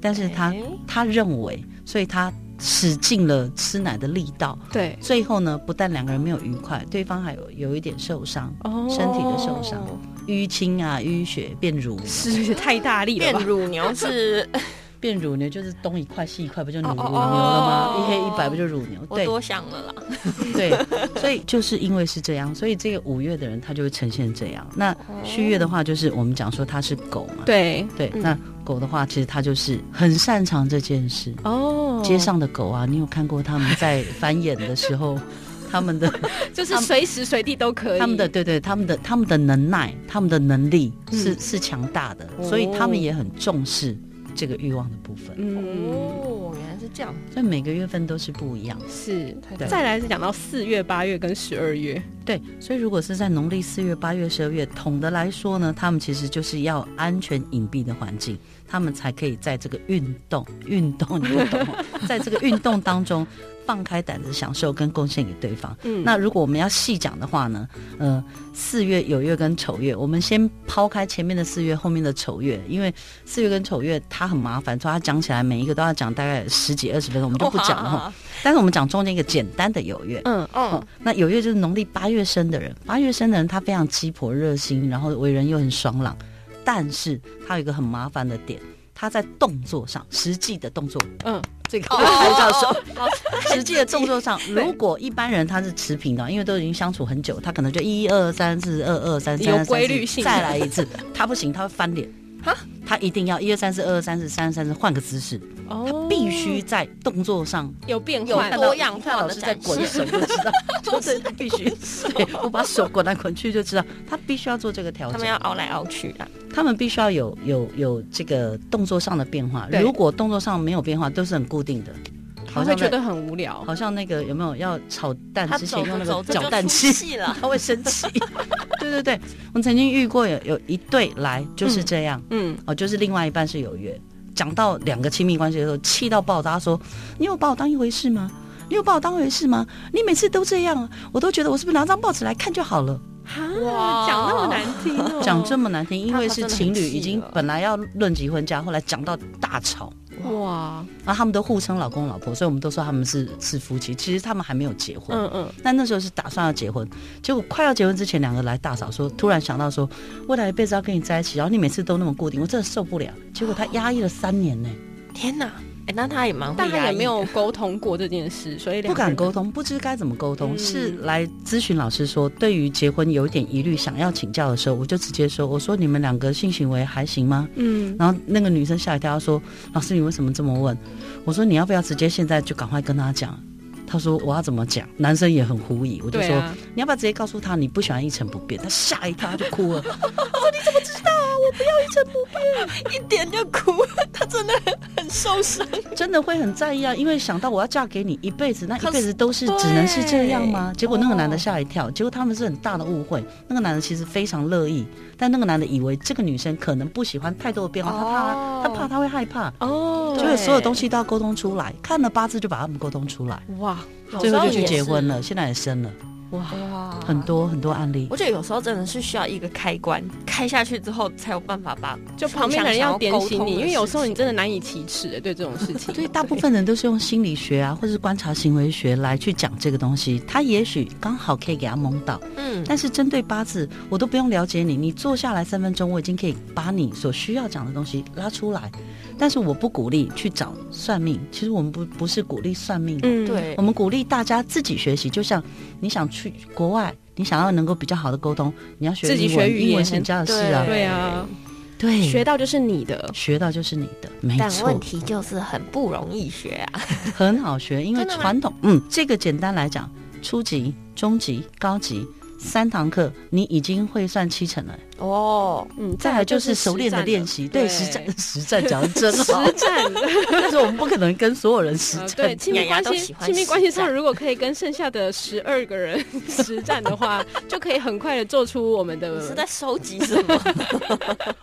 [SPEAKER 1] 但是 她
[SPEAKER 3] 哎
[SPEAKER 1] 她认为，所以她使尽了吃奶的力道。
[SPEAKER 2] 对，
[SPEAKER 1] 最后呢，不但两个人没有愉快，对方还有有一点受伤，
[SPEAKER 2] 哦
[SPEAKER 1] 身体的受伤淤青啊、淤血、变乳，
[SPEAKER 2] 是太大力了
[SPEAKER 3] 变
[SPEAKER 2] 吧？
[SPEAKER 3] 乳牛是
[SPEAKER 1] 变乳牛就是东一块西一块，不就乳
[SPEAKER 3] 哦
[SPEAKER 1] 乳牛
[SPEAKER 3] 哦
[SPEAKER 1] 了
[SPEAKER 3] 哦
[SPEAKER 1] 吗？
[SPEAKER 3] 哦
[SPEAKER 1] 一黑一白不就乳牛？
[SPEAKER 3] 我
[SPEAKER 1] 对
[SPEAKER 3] 多想了啦。
[SPEAKER 1] 对，所以就是因为是这样，所以这个五月的人他就会呈现这样。那
[SPEAKER 3] 哦
[SPEAKER 1] 虚月的话，就是我们讲说他是狗嘛，
[SPEAKER 2] 对，
[SPEAKER 1] 对，
[SPEAKER 3] 嗯
[SPEAKER 1] 那狗的话，其实它就是很擅长这件事。
[SPEAKER 2] 哦，
[SPEAKER 1] 街上的狗啊，你有看过他们在繁衍的时候，他们的
[SPEAKER 2] 就是随时随地都可以。
[SPEAKER 1] 他们的对对，他们的他们的能耐，他们的能力是、是强大的，所以他们也很重视这个欲望的部分。
[SPEAKER 2] 嗯
[SPEAKER 3] 哦，原来是这样。
[SPEAKER 1] 所以每个月份都是不一样的。
[SPEAKER 2] 是
[SPEAKER 3] 嗯
[SPEAKER 1] 对。
[SPEAKER 2] 再来是讲到四月、八月跟十二月，
[SPEAKER 1] 对，所以如果是在农历四月、八月、十二月，统的来说呢，他们其实就是要安全隐蔽的环境，他们才可以在这个运动、运动、你不懂吗，在这个运动当中放开胆子享受跟贡献给对方。
[SPEAKER 2] 嗯
[SPEAKER 1] 那如果我们要细讲的话呢，呃，四月、酉月跟丑月，我们先抛开前面的四月，后面的丑月，因为四月跟丑月它很麻烦，所以它讲起来每一个都要讲大概十几二十分钟，我们
[SPEAKER 3] 哦啊
[SPEAKER 1] 就不讲了哈。
[SPEAKER 3] 哇。
[SPEAKER 1] 但是我们讲中间一个简单的酉月。
[SPEAKER 2] 嗯
[SPEAKER 1] 哦
[SPEAKER 3] 嗯，，
[SPEAKER 1] 那酉月就是农历八月生的人，八月生的人他非常鸡婆热心，然后为人又很爽朗，但是他有一个很麻烦的点，他在动作上，实际的动作，
[SPEAKER 2] 嗯，
[SPEAKER 1] 这个
[SPEAKER 3] 哦
[SPEAKER 1] 潘教授，
[SPEAKER 3] 哦
[SPEAKER 1] 实际的动作上，如果一般人他是持平的，因为都已经相处很久，他可能就一二三四二二三三，
[SPEAKER 2] 有规律性
[SPEAKER 1] 再来一次，他不行，他会翻脸
[SPEAKER 3] 哈。
[SPEAKER 1] 他一定要一二三四二二三四三二三四换个姿势，
[SPEAKER 2] 哦
[SPEAKER 1] 必须在动作上
[SPEAKER 2] 有变
[SPEAKER 3] 有
[SPEAKER 1] 看
[SPEAKER 2] 换
[SPEAKER 3] 看
[SPEAKER 1] 到
[SPEAKER 3] 到多样化
[SPEAKER 1] 看
[SPEAKER 3] 的
[SPEAKER 1] 老师在
[SPEAKER 3] 展
[SPEAKER 1] 滚
[SPEAKER 3] 示
[SPEAKER 1] 绳就知 道，就是必须， 对我把手滚来滚去就知道，他必须要做这个调
[SPEAKER 3] 他
[SPEAKER 1] 整
[SPEAKER 3] 们。要熬来熬去啊的，
[SPEAKER 1] 他们必须要有有有这个动作上的变化。
[SPEAKER 2] 对
[SPEAKER 1] 如果动作上没有变化，都是很固定的，好
[SPEAKER 2] 他会
[SPEAKER 1] 像
[SPEAKER 2] 觉
[SPEAKER 1] 在
[SPEAKER 2] 得很无聊。
[SPEAKER 1] 好像那个有没有要炒蛋
[SPEAKER 3] 他
[SPEAKER 1] 之前
[SPEAKER 3] 走
[SPEAKER 1] 用
[SPEAKER 3] 着
[SPEAKER 1] 那
[SPEAKER 3] 走
[SPEAKER 1] 个
[SPEAKER 3] 着
[SPEAKER 1] 搅
[SPEAKER 3] 就
[SPEAKER 1] 蛋
[SPEAKER 3] 出
[SPEAKER 1] 器，
[SPEAKER 3] 戏了，
[SPEAKER 1] 他会生气。 对对对，我们曾经遇过有有一对来就是这样、
[SPEAKER 2] 嗯，
[SPEAKER 1] 哦，就是另外一半是有约，讲到两个亲密关系的时候，气到爆炸，他说：“你有把我当一回事吗？”你有把我当回事吗？你每次都这样啊，我都觉得我是不是拿张报纸来看就好了？
[SPEAKER 2] 哈，
[SPEAKER 3] 哇
[SPEAKER 2] 讲那么难听哦，
[SPEAKER 1] 讲这么难听，因
[SPEAKER 3] 他
[SPEAKER 1] 为
[SPEAKER 3] 他
[SPEAKER 1] 是
[SPEAKER 3] 真的很
[SPEAKER 1] 情侣，
[SPEAKER 3] 气
[SPEAKER 1] 已经
[SPEAKER 3] 了
[SPEAKER 1] 本来要论及婚嫁，后来讲到大吵，
[SPEAKER 2] 哇，
[SPEAKER 1] 然后他们都互称老公老婆，所以我们都说他们是是夫妻。其实他们还没有结婚，
[SPEAKER 2] 嗯嗯，
[SPEAKER 1] 但那时候是打算要结婚，结果快要结婚之前，两个来大嫂说，突然想到说，未来一辈子要跟你在一起，然后你每次都那么固定，我真的受不了。结果他压抑了三年呢、
[SPEAKER 2] 哦
[SPEAKER 3] 天哪！哎，那他也蛮会
[SPEAKER 2] 但他
[SPEAKER 3] 压
[SPEAKER 2] 也
[SPEAKER 3] 抑
[SPEAKER 2] 没有沟通过这件事，所以两
[SPEAKER 1] 不
[SPEAKER 2] 个
[SPEAKER 1] 敢
[SPEAKER 2] 人
[SPEAKER 1] 沟通，不知该怎么沟通。
[SPEAKER 2] 嗯
[SPEAKER 1] 是来咨询老师说，对于结婚有一点疑虑，想要请教的时候，我就直接说，我说你们两个性行为还行吗？
[SPEAKER 2] 嗯，
[SPEAKER 1] 然后那个女生吓一跳，她说：“老师，你为什么这么问？”我说：“你要不要直接现在就赶快跟他讲？”她说：“我要怎么讲？”男生也很狐疑，我就
[SPEAKER 2] 对
[SPEAKER 1] 说：“
[SPEAKER 2] 啊，
[SPEAKER 1] 你要不要直接告诉他你不喜欢一成不变？”他吓一跳，他就哭了。
[SPEAKER 3] 一点就哭，他真的很受伤。
[SPEAKER 1] 真的会很在意啊，因为想到我要嫁给你一辈子，那
[SPEAKER 3] 可
[SPEAKER 1] 一
[SPEAKER 3] 是
[SPEAKER 1] 辈子都是
[SPEAKER 3] 对
[SPEAKER 1] 只能是这样吗？结果那个
[SPEAKER 3] 哦
[SPEAKER 1] 男的吓一跳，结果他们是很大的误会。那个男的其实非常乐意，但那个男的以为这个女生可能不喜欢太多的变化，他怕
[SPEAKER 3] 哦
[SPEAKER 1] 他怕他会害怕，
[SPEAKER 2] 哦，
[SPEAKER 1] 所以所有东西都要沟通出来。看了八字就把他们沟通出来。
[SPEAKER 2] 哇，
[SPEAKER 3] 有
[SPEAKER 1] 最
[SPEAKER 3] 时
[SPEAKER 1] 后
[SPEAKER 3] 候
[SPEAKER 1] 就去
[SPEAKER 3] 也
[SPEAKER 1] 结
[SPEAKER 3] 是
[SPEAKER 1] 婚了，现在也生了，
[SPEAKER 2] 哦
[SPEAKER 3] 哇，
[SPEAKER 1] 很。多很多案例。
[SPEAKER 3] 我觉得有时候真的是需要一个开关，开下去之后才有办法把
[SPEAKER 2] 就旁边的人要点醒
[SPEAKER 3] 互相想要沟通
[SPEAKER 2] 你，
[SPEAKER 3] 的
[SPEAKER 2] 因为有时候你
[SPEAKER 3] 事情
[SPEAKER 2] 真的难以启齿，哎对这种事情，
[SPEAKER 1] 所以大部分人都是用心理学啊，或是观察行为学来去讲这个东西。他也许刚好可以给他蒙到，
[SPEAKER 3] 嗯
[SPEAKER 1] 但是针对八字，我都不用了解你，你坐下来三分钟，我已经可以把你所需要讲的东西拉出来。但是我不鼓励去找算命，其实我们不不是鼓励算命的，
[SPEAKER 2] 嗯，
[SPEAKER 3] 对
[SPEAKER 1] 我，们鼓励大家自己学习，就像你想去国外，你想要能够比较好的沟通，你要学
[SPEAKER 2] 自己
[SPEAKER 1] 英文
[SPEAKER 2] 学语
[SPEAKER 1] 英文
[SPEAKER 2] 言
[SPEAKER 1] 是你家的事啊，
[SPEAKER 2] 对啊，
[SPEAKER 1] 对，
[SPEAKER 2] 学到就是你的，
[SPEAKER 1] 学到就是你的，没
[SPEAKER 3] 但
[SPEAKER 1] 错
[SPEAKER 3] 问，题就是很不容易学啊。
[SPEAKER 1] 很好学，因为
[SPEAKER 3] 真的吗
[SPEAKER 1] 传统，嗯，这个简单来讲，初级、中级、高级三堂课，你已经会算七成了。
[SPEAKER 3] 哦，
[SPEAKER 2] 嗯，
[SPEAKER 1] 再来就是熟练的练习，对，实战， 实战讲的真好，
[SPEAKER 2] 实战了。
[SPEAKER 1] 但是我们不可能跟所有人实
[SPEAKER 2] 呃
[SPEAKER 1] 战
[SPEAKER 2] 对，。亲密
[SPEAKER 3] 雅雅
[SPEAKER 2] 关
[SPEAKER 3] 都
[SPEAKER 2] 系
[SPEAKER 3] 喜，欢
[SPEAKER 2] 亲密
[SPEAKER 3] 实
[SPEAKER 2] 关系上
[SPEAKER 3] 战
[SPEAKER 2] 如果可以跟剩下的十二个人 实战的话，就可以很快的做出我们
[SPEAKER 3] 你是在
[SPEAKER 2] 的。
[SPEAKER 3] 收集什么？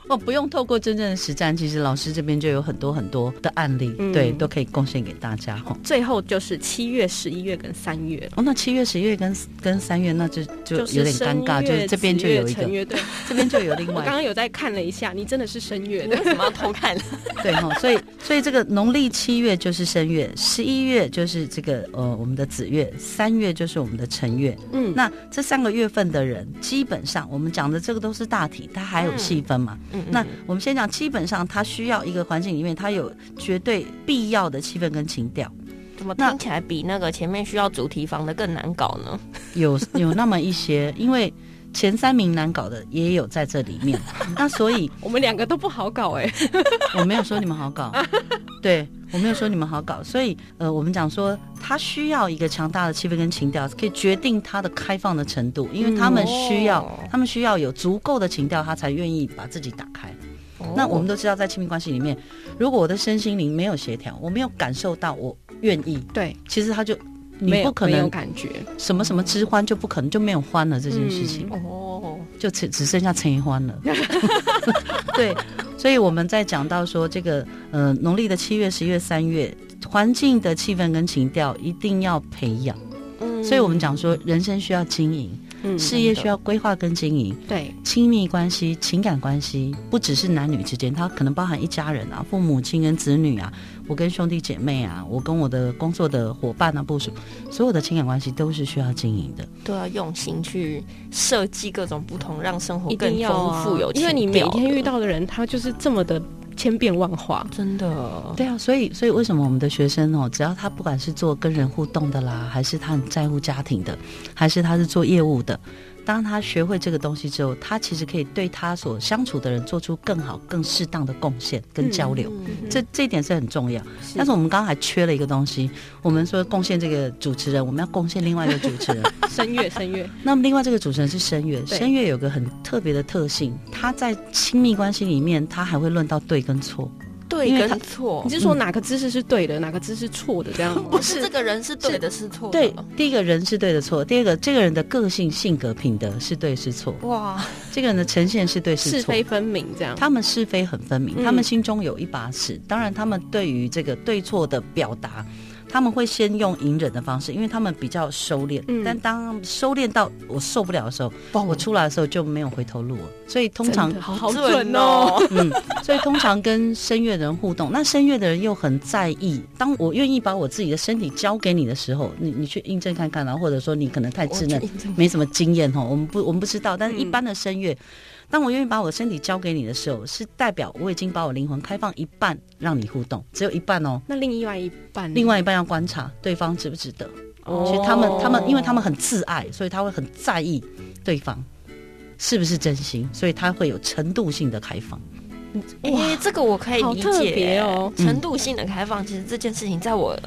[SPEAKER 1] 哦，不用透过真正的实战，其实老师这边就有很多很多的案例，
[SPEAKER 2] 嗯
[SPEAKER 1] 对，都可以贡献给大家哈。
[SPEAKER 2] 最后就是七月、十一月跟三月，
[SPEAKER 1] 哦，那七月、十月跟跟三月，那就就有
[SPEAKER 2] 是
[SPEAKER 1] 点尴
[SPEAKER 2] 声
[SPEAKER 1] 尬，就
[SPEAKER 2] 乐
[SPEAKER 1] 是这边
[SPEAKER 2] 子
[SPEAKER 1] 就
[SPEAKER 2] 乐
[SPEAKER 1] 有一
[SPEAKER 2] 成
[SPEAKER 1] 个，
[SPEAKER 2] 乐队。
[SPEAKER 1] 这边就有另
[SPEAKER 2] 我
[SPEAKER 1] 外一
[SPEAKER 2] 刚
[SPEAKER 1] 个。
[SPEAKER 2] 刚有在看了一下，你真的是声乐
[SPEAKER 3] 你
[SPEAKER 2] 的
[SPEAKER 3] 为，什么要偷看？
[SPEAKER 1] 对哈、所以所以这个农历七月就是申月，十一月就是这个呃我们的子月，三月就是我们的辰月。
[SPEAKER 2] 嗯，
[SPEAKER 1] 那这三个月份的人，基本上我们讲的这个都是大体，它还有细分嘛。
[SPEAKER 3] 嗯
[SPEAKER 1] 那我们先讲，基本上它需要一个环境里面，它有绝对必要的气氛跟情调，
[SPEAKER 3] 怎么
[SPEAKER 1] 那
[SPEAKER 3] 听起来比那个前面需要主题房的更难搞呢？
[SPEAKER 1] 有有那么一些，因为前三名难搞的也有在这里面。那所以
[SPEAKER 2] 我们两个都不好搞哎、
[SPEAKER 1] 我没有说你们好搞，对我没有说你们好搞，所以呃，我们讲说他需要一个强大的气氛跟情调，可以决定他的开放的程度，因为他们需要，
[SPEAKER 3] 嗯哦
[SPEAKER 1] 他们需要有足够的情调，他才愿意把自己打开。
[SPEAKER 2] 哦
[SPEAKER 1] 那我们
[SPEAKER 3] 的
[SPEAKER 1] 都知道，在亲密关系里面，如果我的身心灵没有协调，我没有感受到我愿意，
[SPEAKER 2] 对，
[SPEAKER 1] 其实他就
[SPEAKER 2] 没
[SPEAKER 1] 你
[SPEAKER 2] 有
[SPEAKER 1] 不可
[SPEAKER 2] 没有
[SPEAKER 1] 能
[SPEAKER 2] 感觉
[SPEAKER 1] 什么什么之欢就不可能就没有欢了这件事情。
[SPEAKER 3] 哦，
[SPEAKER 1] 就只只剩下陈怡欢了。对，所以我们在讲到说这个呃农历的七月、十月、三月，环境的气氛跟情调一定要培养。
[SPEAKER 3] 嗯
[SPEAKER 1] 所以我们讲说，人生需要经营，
[SPEAKER 2] 嗯
[SPEAKER 1] 事业需要规划跟经营，
[SPEAKER 2] 对，
[SPEAKER 1] 亲密关系、情感关系，不只是男女之间，它可能包含一家人啊，父母亲跟子女啊，我跟兄弟姐妹啊，我跟我的工作的伙伴啊、部署，所有的情感关系都是需要经营的。
[SPEAKER 3] 都要用心去设计各种不同，让生活
[SPEAKER 2] 一
[SPEAKER 3] 更
[SPEAKER 2] 定要
[SPEAKER 3] 丰
[SPEAKER 2] 啊
[SPEAKER 3] 富有情
[SPEAKER 2] 因为你每
[SPEAKER 3] 调
[SPEAKER 2] 天
[SPEAKER 3] 的
[SPEAKER 2] 遇到的人，他就是这么的千变万化。
[SPEAKER 3] 真的
[SPEAKER 1] 对啊，所以所以为什么我们的学生哦，只要他不管是做跟人互动的啦，还是他很在乎家庭的，还是他是做业务的，当他学会这个东西之后，他其实可以对他所相处的人做出更好、更适当的贡献跟交流。
[SPEAKER 3] 嗯
[SPEAKER 1] 这这一点是很重要，
[SPEAKER 2] 是
[SPEAKER 1] 但是 我们刚刚还缺了一个东西。我们说贡献这个主持人，我们要贡献另外一个主持 人。
[SPEAKER 2] 声乐声乐，
[SPEAKER 1] 那么另外这个主持人是声乐，
[SPEAKER 2] 对
[SPEAKER 1] 声乐有个很特别的特性，他在亲密关系里面，他还会论到对跟错。
[SPEAKER 3] 对
[SPEAKER 1] 因为他
[SPEAKER 3] 跟错
[SPEAKER 2] 你，是说哪个姿势是对的，哪个姿势错的这样吗？
[SPEAKER 3] 不是这个人是对的，是错的。
[SPEAKER 1] 对，第一个人是对的错，第二个这个人的个性、性格、品德是对是错，
[SPEAKER 3] 哇，
[SPEAKER 1] 这个人的呈现是对是
[SPEAKER 2] 是
[SPEAKER 1] 错。
[SPEAKER 2] 非分明这样。
[SPEAKER 1] 他们是非很分明，
[SPEAKER 2] 嗯
[SPEAKER 1] 他们心中有一把尺。当然，他们对于这个对错的表达，他们会先用隐忍的方式，因为他们比较收敛。
[SPEAKER 2] 嗯
[SPEAKER 1] 但当收敛到我受不了的时候，我出来的时候就没有回头路了。所以通常
[SPEAKER 2] 真的好好
[SPEAKER 3] 准
[SPEAKER 2] 准哦。
[SPEAKER 3] 哦，
[SPEAKER 1] 嗯，所以通常跟声乐的人互动，那声乐的人又很在意。当我愿意把我自己的身体交给你的时候，你你去印证看看，然后或者说你可能太稚嫩，没什么经验哦哈，我们不我们不知道。但是一般的声乐，当我愿意把我身体交给你的时候，是代表我已经把我灵魂开放一半让你互动，只有一半哦，
[SPEAKER 2] 那另外一半呢，
[SPEAKER 1] 另外一半要观察对方值不值得。
[SPEAKER 2] 哦
[SPEAKER 1] 其实他们他们因为他们很自爱，所以他会很在意对方是不是真心，所以他会有程度性的开放。
[SPEAKER 3] 哎，这个我可以
[SPEAKER 2] 好
[SPEAKER 3] 理
[SPEAKER 2] 特别
[SPEAKER 3] 解。
[SPEAKER 2] 哦。
[SPEAKER 3] 程度性的开放，其实这件事情在我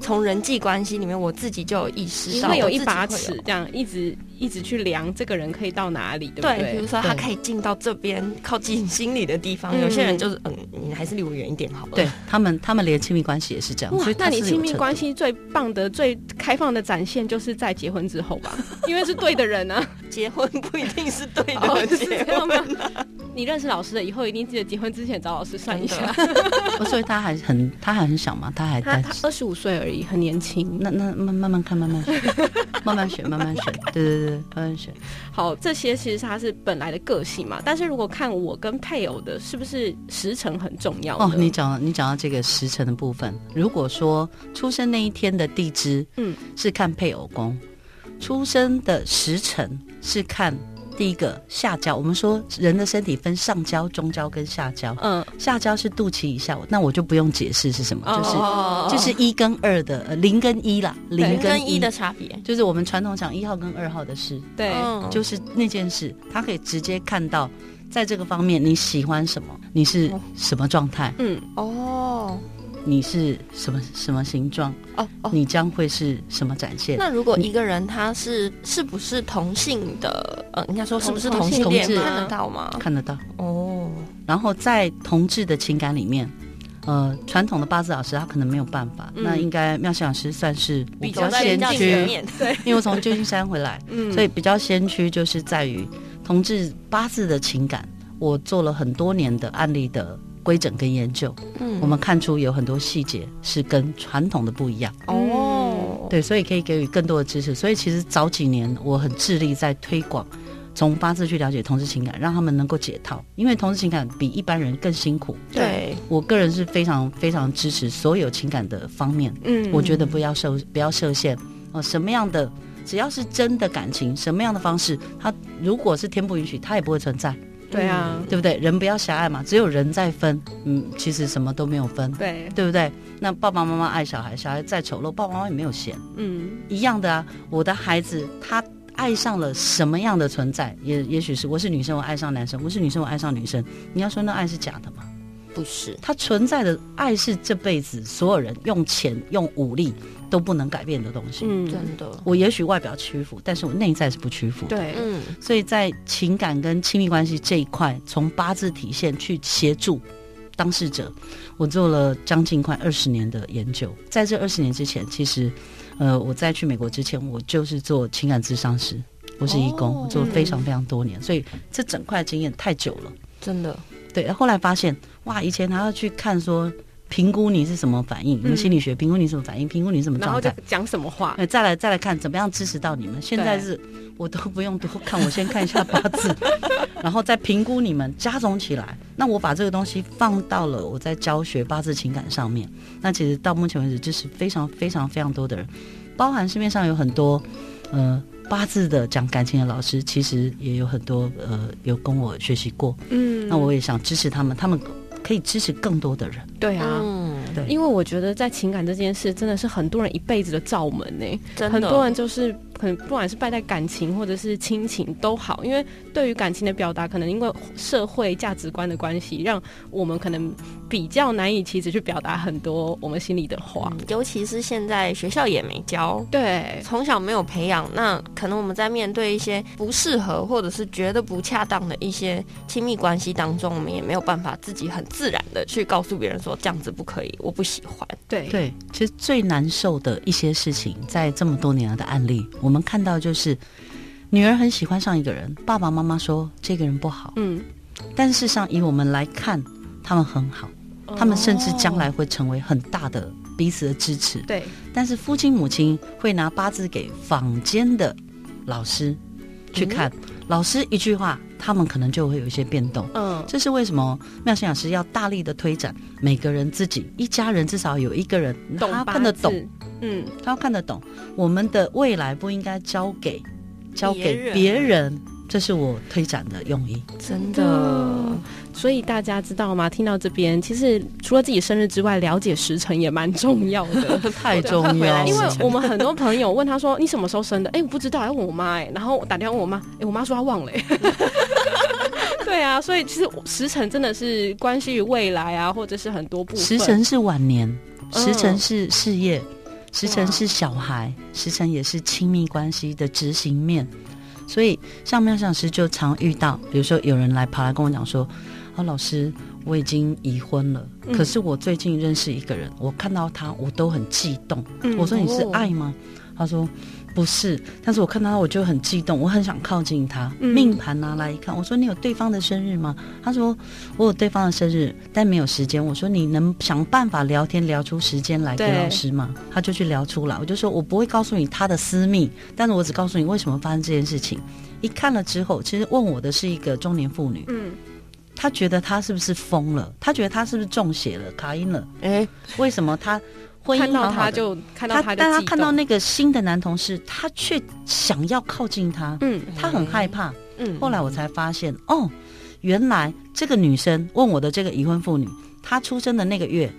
[SPEAKER 3] 从人际关系里面，我自己就有意识
[SPEAKER 2] 你
[SPEAKER 3] 到，
[SPEAKER 2] 会有
[SPEAKER 3] 我自
[SPEAKER 2] 一
[SPEAKER 3] 己
[SPEAKER 2] 把
[SPEAKER 3] 会
[SPEAKER 2] 尺
[SPEAKER 3] 有，
[SPEAKER 2] 这样一直一直去量这个人可以到哪里，对不
[SPEAKER 3] 对，比如
[SPEAKER 2] 对？
[SPEAKER 3] 说他
[SPEAKER 1] 对
[SPEAKER 3] 可以进到这边靠近心里的地方，
[SPEAKER 2] 嗯
[SPEAKER 3] 有些人就是嗯，你还是离我远一点好了。
[SPEAKER 1] 对他们，他们连亲密关系也是这样，
[SPEAKER 2] 哇
[SPEAKER 1] 所以，他
[SPEAKER 2] 那你
[SPEAKER 1] 是有
[SPEAKER 2] 亲密
[SPEAKER 1] 程
[SPEAKER 2] 关
[SPEAKER 1] 度
[SPEAKER 2] 系最棒的、最开放的展现，就是在结婚之后吧，因为是对的人啊。
[SPEAKER 3] 结婚不一定是对
[SPEAKER 2] 哦
[SPEAKER 3] 的，
[SPEAKER 2] 是
[SPEAKER 3] 结
[SPEAKER 2] 这样吗
[SPEAKER 3] 婚
[SPEAKER 2] 你认识老师了以后，一定记得结婚之前找老师算一下。
[SPEAKER 1] 哦所以他还很他还很小嘛，他还
[SPEAKER 2] 他
[SPEAKER 1] 在
[SPEAKER 2] 他 二十五岁而已，很年轻。
[SPEAKER 1] 那那慢慢慢看，慢 慢学，慢慢学，慢慢学，对对对，慢慢学。
[SPEAKER 2] 好，这些其实是他是本来的个性嘛，但是如果看我跟配偶的，是不是时辰很重要呢？
[SPEAKER 1] 哦，你讲到你讲到这个时辰的部分，如果说出生那一天的地支，
[SPEAKER 2] 嗯，
[SPEAKER 1] 是看配偶宫；出生的时辰是看第一个下焦。我们说人的身体分上焦、中焦跟下焦，
[SPEAKER 2] 嗯，
[SPEAKER 1] 下焦是肚脐以下，那我就不用解释是什么，就是、
[SPEAKER 2] 哦
[SPEAKER 1] 就是一跟二的呃零跟一啦，零
[SPEAKER 2] 对
[SPEAKER 1] 跟
[SPEAKER 3] 跟
[SPEAKER 1] 一
[SPEAKER 3] 一的，差别，
[SPEAKER 1] 就是我们传统讲一号跟二号的事。
[SPEAKER 2] 对，
[SPEAKER 3] 嗯
[SPEAKER 1] 就是那件事，他可以直接看到，在这个方面你喜欢什么，你是
[SPEAKER 3] 哦
[SPEAKER 1] 什么状态，
[SPEAKER 2] 嗯，
[SPEAKER 3] 哦
[SPEAKER 1] 你是什么什么形状，
[SPEAKER 3] 哦哦。
[SPEAKER 1] 你将会是什么展现。
[SPEAKER 3] 那如果一个人他是是不是同性的，呃，应该说是不是
[SPEAKER 2] 同
[SPEAKER 3] 同性恋
[SPEAKER 1] 同志
[SPEAKER 3] 看得到吗？
[SPEAKER 1] 看得到。
[SPEAKER 3] 哦，
[SPEAKER 1] 然后在同志的情感里面，呃，传统的八字老师他可能没有办法，
[SPEAKER 2] 嗯
[SPEAKER 1] 那应该妙心老师算是比较
[SPEAKER 3] 走在
[SPEAKER 1] 先
[SPEAKER 3] 人家
[SPEAKER 1] 驱
[SPEAKER 3] 前，面，对，
[SPEAKER 1] 因为我从旧金山回来，
[SPEAKER 2] 嗯，
[SPEAKER 1] 所以比较先驱就是在于同志八字的情感。我做了很多年的案例的规整跟研究，
[SPEAKER 3] 嗯
[SPEAKER 1] 我们看出有很多细节是跟传统的不一样，
[SPEAKER 3] 哦，
[SPEAKER 1] 对，所以可以给予更多的支持。所以其实早几年我很致力在推广，从八字去了解同志情感，让他们能够解套，因为同志情感比一般人更辛苦。
[SPEAKER 3] 对，
[SPEAKER 1] 我个人是非常非常支持所有情感的方面，
[SPEAKER 2] 嗯
[SPEAKER 1] 我觉得不要受不要设限哦、什么样的只要是真的感情，什么样的方式，它如果是天不允许，它也不会存在，
[SPEAKER 2] 对啊，
[SPEAKER 1] 对不对？人不要狭隘嘛，只有人在分，嗯，其实什么都没有分。
[SPEAKER 2] 对，
[SPEAKER 1] 对不对？那爸爸妈妈爱小孩，小孩再丑陋，爸爸妈妈也没有嫌。
[SPEAKER 2] 嗯，
[SPEAKER 1] 一样的啊，我的孩子他爱上了什么样的存在？也也许是我是女生，我爱上男生；我是女生，我爱上女生。你要说那爱是假的吗？
[SPEAKER 3] 不是，
[SPEAKER 1] 它存在的爱是这辈子所有人用钱、用武力都不能改变的东西。
[SPEAKER 2] 嗯，
[SPEAKER 3] 真的，
[SPEAKER 1] 我也许外表屈服，但是我内在是不屈服的。
[SPEAKER 2] 对，
[SPEAKER 3] 嗯，
[SPEAKER 1] 所以在情感跟亲密关系这一块，从八字体现去协助当事者，我做了将近快二十年的研究。在这二十年之前，其实，呃，我在去美国之前，我就是做情感咨商师，我是义工，
[SPEAKER 3] 哦
[SPEAKER 1] 我
[SPEAKER 2] 嗯
[SPEAKER 1] 做了非常非常多年，所以这整块经验太久了。
[SPEAKER 3] 真的，
[SPEAKER 1] 对，后来发现，哇，以前还要去看说评估你是什么反应，你们心理学评估你什么反应，评估你什么
[SPEAKER 2] 嗯然后
[SPEAKER 1] 状
[SPEAKER 2] 就
[SPEAKER 1] 态。
[SPEAKER 2] 讲什么话，
[SPEAKER 1] 呃，再来再来看怎么样支持到你们。现在是我都不用多看，我先看一下八字， 然后再评估你们，加总起来。那我把这个东西放到了我在教学八字情感上面。那其实到目前为止，就是非常非常非常多的人，包含市面上有很多，呃。八字的讲感情的老师，其实也有很多呃有跟我学习过，
[SPEAKER 2] 嗯
[SPEAKER 1] 那我也想支持他们，他们可以支持更多的人。
[SPEAKER 2] 对啊。
[SPEAKER 3] 嗯，
[SPEAKER 1] 对
[SPEAKER 2] 因为我觉得在情感这件事，真的是很多人一辈子的罩门呢、
[SPEAKER 3] 真的，
[SPEAKER 2] 很多人就是可能不管是败在感情或者是亲情都好，因为对于感情的表达，可能因为社会价值观的关系，让我们可能比较难以其实去表达很多我们心里的话。
[SPEAKER 3] 嗯尤其是现在学校也没教，
[SPEAKER 2] 对，
[SPEAKER 3] 从小没有培养，那可能我们在面对一些不适合或者是觉得不恰当的一些亲密关系当中，我们也没有办法自己很自然的去告诉别人说这样子不可以，我不喜 欢。
[SPEAKER 2] 对，
[SPEAKER 1] 对，其实最难受的一些事情，在这么多年来的案例，我们看到就是女儿很喜欢上一个人，爸爸妈妈说这个人不好，
[SPEAKER 2] 嗯，
[SPEAKER 1] 但事实上以我们来看，他们很好，他们甚至将来会成为很大的彼此的支持。
[SPEAKER 2] 对，
[SPEAKER 1] 但是父亲母亲会拿八字给坊间的老师去看，老师一句话，他们可能就会有一些变动。
[SPEAKER 2] 嗯，
[SPEAKER 1] 这是为什么妙心老师要大力的推展每个人自己一家人至少有一个人他
[SPEAKER 2] 八
[SPEAKER 1] 看得
[SPEAKER 2] 字
[SPEAKER 1] 懂，，
[SPEAKER 2] 嗯，
[SPEAKER 1] 他要看得懂。我们的未来不应该交给交
[SPEAKER 3] 别人
[SPEAKER 1] 给别人，这是我推展嗯的用意。
[SPEAKER 3] 真
[SPEAKER 2] 的，所以大家知道吗？听到这边，其实除了自己生日之外，了解时辰也蛮重要的。
[SPEAKER 1] 太重
[SPEAKER 3] 快回
[SPEAKER 1] 要
[SPEAKER 3] 来
[SPEAKER 1] 了，
[SPEAKER 2] 因为
[SPEAKER 3] 时辰
[SPEAKER 2] 我们很多朋友问他说：“你什么时候生的？”哎、我不知道，要问我妈哎、然后我打电话问我妈，哎、我妈说她忘了、 哎对啊，所以其实时辰真的是关系于未来啊，或者是很多部分。
[SPEAKER 1] 时辰是晚年，
[SPEAKER 2] 嗯
[SPEAKER 1] 时辰是事业，时辰
[SPEAKER 2] 哇
[SPEAKER 1] 是小孩，时辰也是亲密关系的执行面。所以，像妙想师就常遇到，比如说有人来跑来跟我讲说：“啊，老师，我已经已婚了，
[SPEAKER 2] 嗯
[SPEAKER 1] 可是我最近认识一个人，我看到他我都很悸动。
[SPEAKER 2] 嗯
[SPEAKER 1] 我说你是
[SPEAKER 3] 哦
[SPEAKER 1] 爱吗？他说不是，但是我看到他我就很激动，我很想靠近他。
[SPEAKER 2] 嗯
[SPEAKER 1] 命盘拿来一看，我说你有对方的生日吗？他说我有对方的生日，但没有时间。我说你能想办法聊天聊出时间来给
[SPEAKER 2] 对
[SPEAKER 1] 老师吗？他就去聊出来。我就说我不会告诉你他的私密，但是我只告诉你为什么发生这件事情。一看了之后，其实问我的是一个中年妇女，
[SPEAKER 2] 嗯，
[SPEAKER 1] 她觉得她是不是疯了？她觉得她是不是中邪了、卡因了？
[SPEAKER 3] 哎，
[SPEAKER 1] 为什么她婚姻
[SPEAKER 2] 看到
[SPEAKER 1] 好好
[SPEAKER 2] 他
[SPEAKER 1] 的
[SPEAKER 2] 就看到
[SPEAKER 1] 他，
[SPEAKER 2] 他就
[SPEAKER 1] 但他
[SPEAKER 2] 激
[SPEAKER 1] 看到
[SPEAKER 2] 动
[SPEAKER 1] 那个新的男同事，他却想要靠近他，
[SPEAKER 2] 嗯
[SPEAKER 1] 他很害怕。
[SPEAKER 3] 嗯
[SPEAKER 1] 后来我才发现，哦，原来这个女生问我的这个已婚妇女，她出生的那个月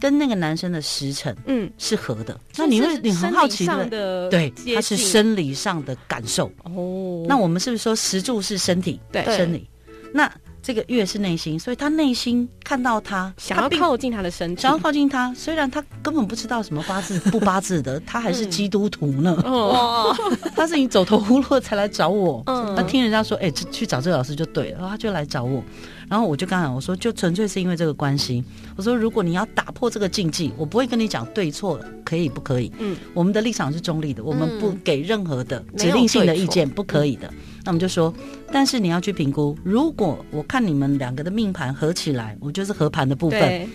[SPEAKER 1] 跟那个男生的时辰
[SPEAKER 2] 嗯，
[SPEAKER 1] 是合的。那你会你很好奇
[SPEAKER 2] 生理上
[SPEAKER 1] 的，
[SPEAKER 2] 的
[SPEAKER 1] 对，
[SPEAKER 2] 接
[SPEAKER 1] 她是
[SPEAKER 2] 近
[SPEAKER 1] 生理上的感受。
[SPEAKER 2] 哦，
[SPEAKER 1] 那我们是不是说石柱是身体
[SPEAKER 2] 对
[SPEAKER 3] 对
[SPEAKER 1] 生理？那这个月是内心，所以她内心看到他，
[SPEAKER 2] 想
[SPEAKER 1] 她
[SPEAKER 2] 要
[SPEAKER 1] 并
[SPEAKER 2] 靠近他的身体，
[SPEAKER 1] 想要靠近他，虽然他根本不知道什么八字不八字的，他还 是基督徒呢。
[SPEAKER 2] 嗯哦，
[SPEAKER 3] 哇，
[SPEAKER 1] 他是你走投无路才来找我。
[SPEAKER 2] 嗯
[SPEAKER 1] 他听人家说，哎、这去找这个老师就对了，然后他就来找我，然后我就跟他讲，我说就纯粹是因为这个关系。我说如果你要打破这个禁忌，我不会跟你讲对错可以不可以。
[SPEAKER 2] 嗯，
[SPEAKER 1] 我们的立场是中立的，我们不给任何的指令性的意见，不可以的。
[SPEAKER 2] 嗯
[SPEAKER 1] 那我们就说，但是你要去评估，如果我看你们两个的命盘合起来，我就是合盘的部分。
[SPEAKER 2] 对，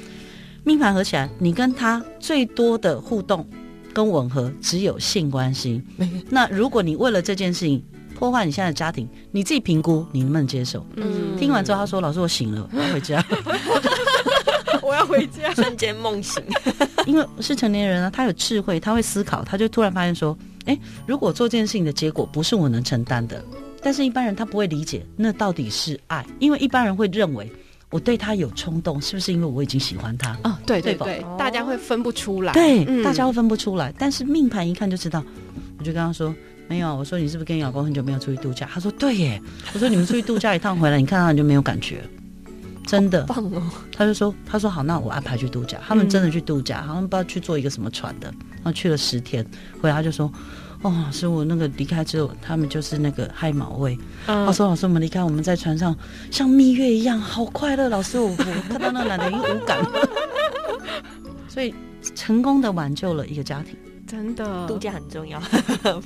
[SPEAKER 1] 命盘合起来，你跟他最多的互动跟吻合只有性关系。那如果你为了这件事情破坏你现在的家庭，你自己评估你能不能接受？
[SPEAKER 2] 嗯，
[SPEAKER 1] 听完之后，他说：“老师，我醒了，我要回家，嗯
[SPEAKER 2] 我要回家，
[SPEAKER 3] 瞬间 梦醒，
[SPEAKER 1] 因为是成年人啊，他有智慧，他会思考，他就突然发现说，哎，如果做这件事情的结果不是我能承担的，但是一般人他不会理解那到底是爱，因为一般人会认为我对他有冲动，是不是因为我已经喜欢他？
[SPEAKER 2] 啊，对对
[SPEAKER 1] 对吧
[SPEAKER 2] 对
[SPEAKER 3] 哦，
[SPEAKER 2] 大家会分不出来，
[SPEAKER 1] 对，
[SPEAKER 2] 嗯
[SPEAKER 1] 大家会分不出来，但是命盘一看就知道。我就跟他说没有啊，我说你是不是跟你老公很久没有出去度假？他说对耶。我说你们出去度假一趟回来，你看到你就没有感觉，真的。
[SPEAKER 3] 棒哦，
[SPEAKER 1] 他就说他说好，那我安排去度假。他们真的去度假，好像不知道去做一个什么船的，然后去了十天，回来他就说。哦，老师，我那个离开之后，他们就是那个害毛味。
[SPEAKER 2] 嗯
[SPEAKER 1] 他说：“老师，我们离开，我们在船上像蜜月一样，好快乐。”老师，我我看到那个男的已经无感 了，所以成功的挽救了一个家庭。
[SPEAKER 2] 真的 哎
[SPEAKER 3] 度假很重要，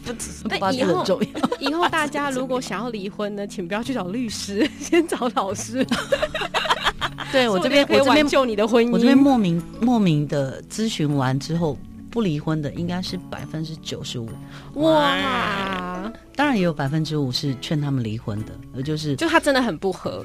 [SPEAKER 3] 不只是
[SPEAKER 2] 那
[SPEAKER 1] 八
[SPEAKER 2] 以
[SPEAKER 1] 字
[SPEAKER 2] 后
[SPEAKER 1] 很重要。
[SPEAKER 2] 以后大家如果想要离婚呢，请不要去找律师，先找老师。
[SPEAKER 1] 对哎我这边，
[SPEAKER 2] 说不定可以
[SPEAKER 1] 我这边
[SPEAKER 2] 挽，救你的婚姻。
[SPEAKER 1] 我这边莫名莫名的咨询完之后，不离婚的应该是百分之九十五，
[SPEAKER 2] 哇，
[SPEAKER 1] 当然也有百分之五是劝他们离婚的，呃就是
[SPEAKER 2] 就他真的很不合，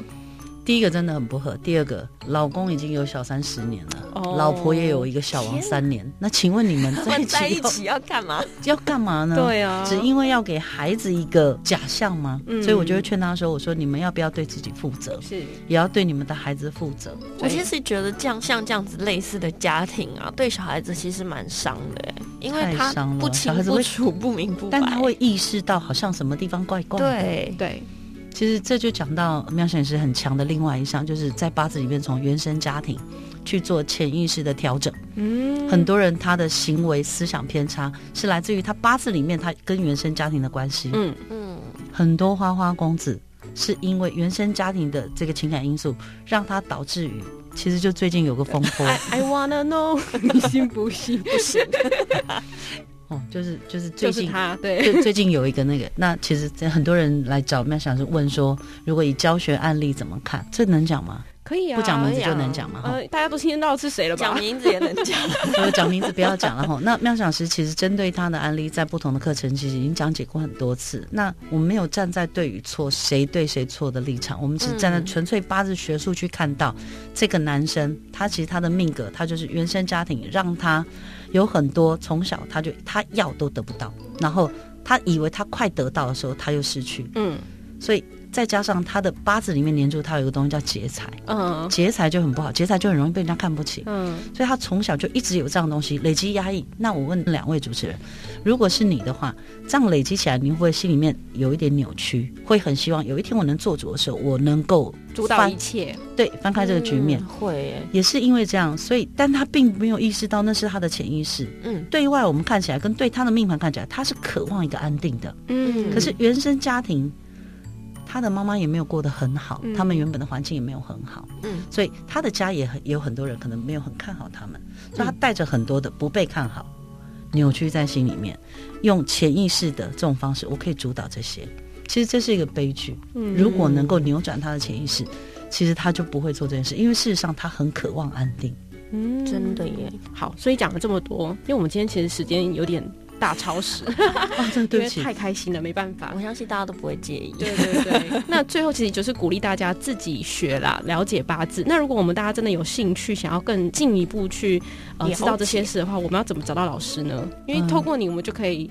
[SPEAKER 1] 第一个真的很不合，第二个老公已经有小三十年了，
[SPEAKER 2] 哦
[SPEAKER 1] 老婆也有一个小王三年。那请问你们在
[SPEAKER 3] 们
[SPEAKER 1] 一
[SPEAKER 3] 在一
[SPEAKER 1] 起哦后
[SPEAKER 3] 起要干嘛？
[SPEAKER 1] 要干嘛呢？
[SPEAKER 2] 对啊，
[SPEAKER 1] 只因为要给孩子一个假象吗？
[SPEAKER 2] 嗯
[SPEAKER 1] 所以我就会劝他说：“我说你们要不要对自己负责，
[SPEAKER 2] 是
[SPEAKER 1] 也要对你们的孩子负责。
[SPEAKER 3] 我其实觉得这样像这样子类似的家庭啊，对小孩子其实蛮伤的欸，因为他
[SPEAKER 1] 太伤了
[SPEAKER 3] 不
[SPEAKER 1] 小
[SPEAKER 3] 清
[SPEAKER 1] 孩子
[SPEAKER 3] 不
[SPEAKER 1] 会
[SPEAKER 3] 楚、不明不白，
[SPEAKER 1] 但他会欸意识到好像什么地方怪怪的。，
[SPEAKER 3] 对
[SPEAKER 2] 对，
[SPEAKER 1] 其实这就讲到喵神师很强的另外一项，就是在八字里面从原生家庭去做潜意识的调整。
[SPEAKER 2] 嗯
[SPEAKER 1] 很多人他的行为思想偏差是来自于他八字里面他跟原生家庭的关系。
[SPEAKER 2] 嗯
[SPEAKER 3] 嗯，
[SPEAKER 1] 很多花花公子是因为原生家庭的这个情感因素，让他导致于，其实就最近有个风波，
[SPEAKER 2] ，I I wanna know，你 信不信？不信，
[SPEAKER 1] 哦，就是就是最
[SPEAKER 2] 就是
[SPEAKER 1] 近。
[SPEAKER 2] 他，对，
[SPEAKER 1] 最最近有一个那个，那其实真很多人来找妙想是问说，如果以教学案例怎么看？这能讲吗？
[SPEAKER 2] 可以啊，
[SPEAKER 1] 不讲名字
[SPEAKER 3] 可以啊
[SPEAKER 1] 就能讲吗？哈、
[SPEAKER 2] 呃，大家都听到是谁了吧
[SPEAKER 3] 讲？名字也能讲，
[SPEAKER 1] 呃，讲名字不要讲了哈。 那妙想师其实针对他的案例，在不同的课程其实已经讲解过很多次。那我们没有站在对与错、谁对谁错的立场，我们只站在
[SPEAKER 3] 嗯
[SPEAKER 1] 纯粹八字学术去看到这个男生，他其实他的命格，他就是原生家庭让他有很多从小他就他要都得不到，然后他以为他快得到的时候，他又失去，
[SPEAKER 2] 嗯
[SPEAKER 1] 所以再加上他的八字里面黏住他有一个东西叫劫财，
[SPEAKER 2] 嗯
[SPEAKER 1] 劫财就很不好，劫财就很容易被人家看不起。
[SPEAKER 2] 嗯，
[SPEAKER 1] 所以他从小就一直有这样的东西累积压抑。那我问两位主持人，如果是你的话，这样累积起来，你会不会心里面有一点扭曲？会很希望有一天我能做主的时候，我能够
[SPEAKER 2] 主导一切，
[SPEAKER 1] 对翻开这个局面。
[SPEAKER 3] 嗯会欸，
[SPEAKER 1] 也是因为这样，所以但他并没有意识到那是他的潜意识。
[SPEAKER 3] 嗯，
[SPEAKER 1] 对外我们看起来跟对他的命盘看起来，他是渴望一个安定的。
[SPEAKER 2] 嗯
[SPEAKER 1] 可是原生家庭，他的妈妈也没有过得很好，
[SPEAKER 2] 嗯
[SPEAKER 1] 他们原本的环境也没有很好，
[SPEAKER 3] 嗯，
[SPEAKER 1] 所以他的家也很也有很多人可能没有很看好他们，所以他带着很多的不被看好，扭曲在心里面，用潜意识的这种方式，我可以主导这些。其实这是一个悲剧，
[SPEAKER 2] 嗯
[SPEAKER 1] 如果能够扭转他的潜意识，其实他就不会做这件事，因为事实上他很渴望安定。
[SPEAKER 2] 嗯
[SPEAKER 3] 真的耶，
[SPEAKER 2] 好，所以讲了这么多，因为我们今天其实时间有点大超时，
[SPEAKER 1] 哦，真的
[SPEAKER 2] 因
[SPEAKER 1] 对不
[SPEAKER 2] 为
[SPEAKER 1] 起，
[SPEAKER 2] 太开心了，没办法
[SPEAKER 3] 我。相信大家都不会介意，
[SPEAKER 2] 对对对，那最后其实就是鼓励大家自己学啦，了解八字。那如果我们大家真的有兴趣，想要更进一步去呃
[SPEAKER 3] 了解
[SPEAKER 2] 知道这些事的话，我们要怎么找到老师呢？因为
[SPEAKER 1] 嗯
[SPEAKER 2] 透过你，我们就可以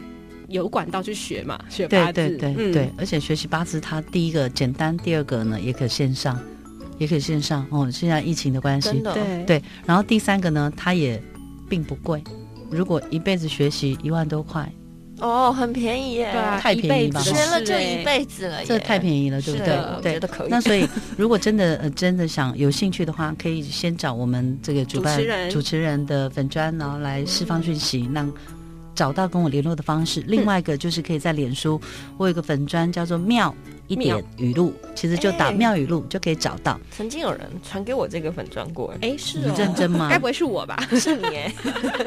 [SPEAKER 2] 有管道去学嘛，学八
[SPEAKER 1] 对
[SPEAKER 2] 字。
[SPEAKER 1] 对对
[SPEAKER 2] 嗯
[SPEAKER 1] 对，而且学习八字，它第一个简单，第二个呢也可线上，也可线上哦。现在疫情的关
[SPEAKER 3] 真
[SPEAKER 1] 系，
[SPEAKER 3] 的，
[SPEAKER 2] 对
[SPEAKER 1] 对，然后第三个呢，它也并不贵。如果一辈子学习一万多块，
[SPEAKER 3] 哦，很便宜耶
[SPEAKER 2] 对，啊，
[SPEAKER 1] 太便宜吧
[SPEAKER 2] 一辈子
[SPEAKER 3] 学
[SPEAKER 2] 的
[SPEAKER 3] 了
[SPEAKER 2] 事
[SPEAKER 3] 就
[SPEAKER 2] 欸
[SPEAKER 3] 一辈子了耶，
[SPEAKER 1] 这太便宜了，对
[SPEAKER 3] 是
[SPEAKER 1] 不
[SPEAKER 3] 的我
[SPEAKER 1] 对？对。
[SPEAKER 3] 觉得可以
[SPEAKER 1] 那，所以，如果真的、呃、真的想有兴趣的话，可以先找我们这个主办
[SPEAKER 2] 主持人
[SPEAKER 1] 的粉砖，然后来释放讯息，让找到跟我联络的方
[SPEAKER 3] 嗯
[SPEAKER 1] 式。另外一个就是可以在脸书，我有一个粉砖叫做“妙一点语录”，其实就打“
[SPEAKER 3] 哎
[SPEAKER 1] 妙语录”就可以找到。
[SPEAKER 3] 曾经有人传给我这个粉砖过耶，
[SPEAKER 2] 哎，是
[SPEAKER 1] 你
[SPEAKER 2] 哦，
[SPEAKER 1] 认真吗
[SPEAKER 2] 该不会是我吧？
[SPEAKER 3] 是你耶，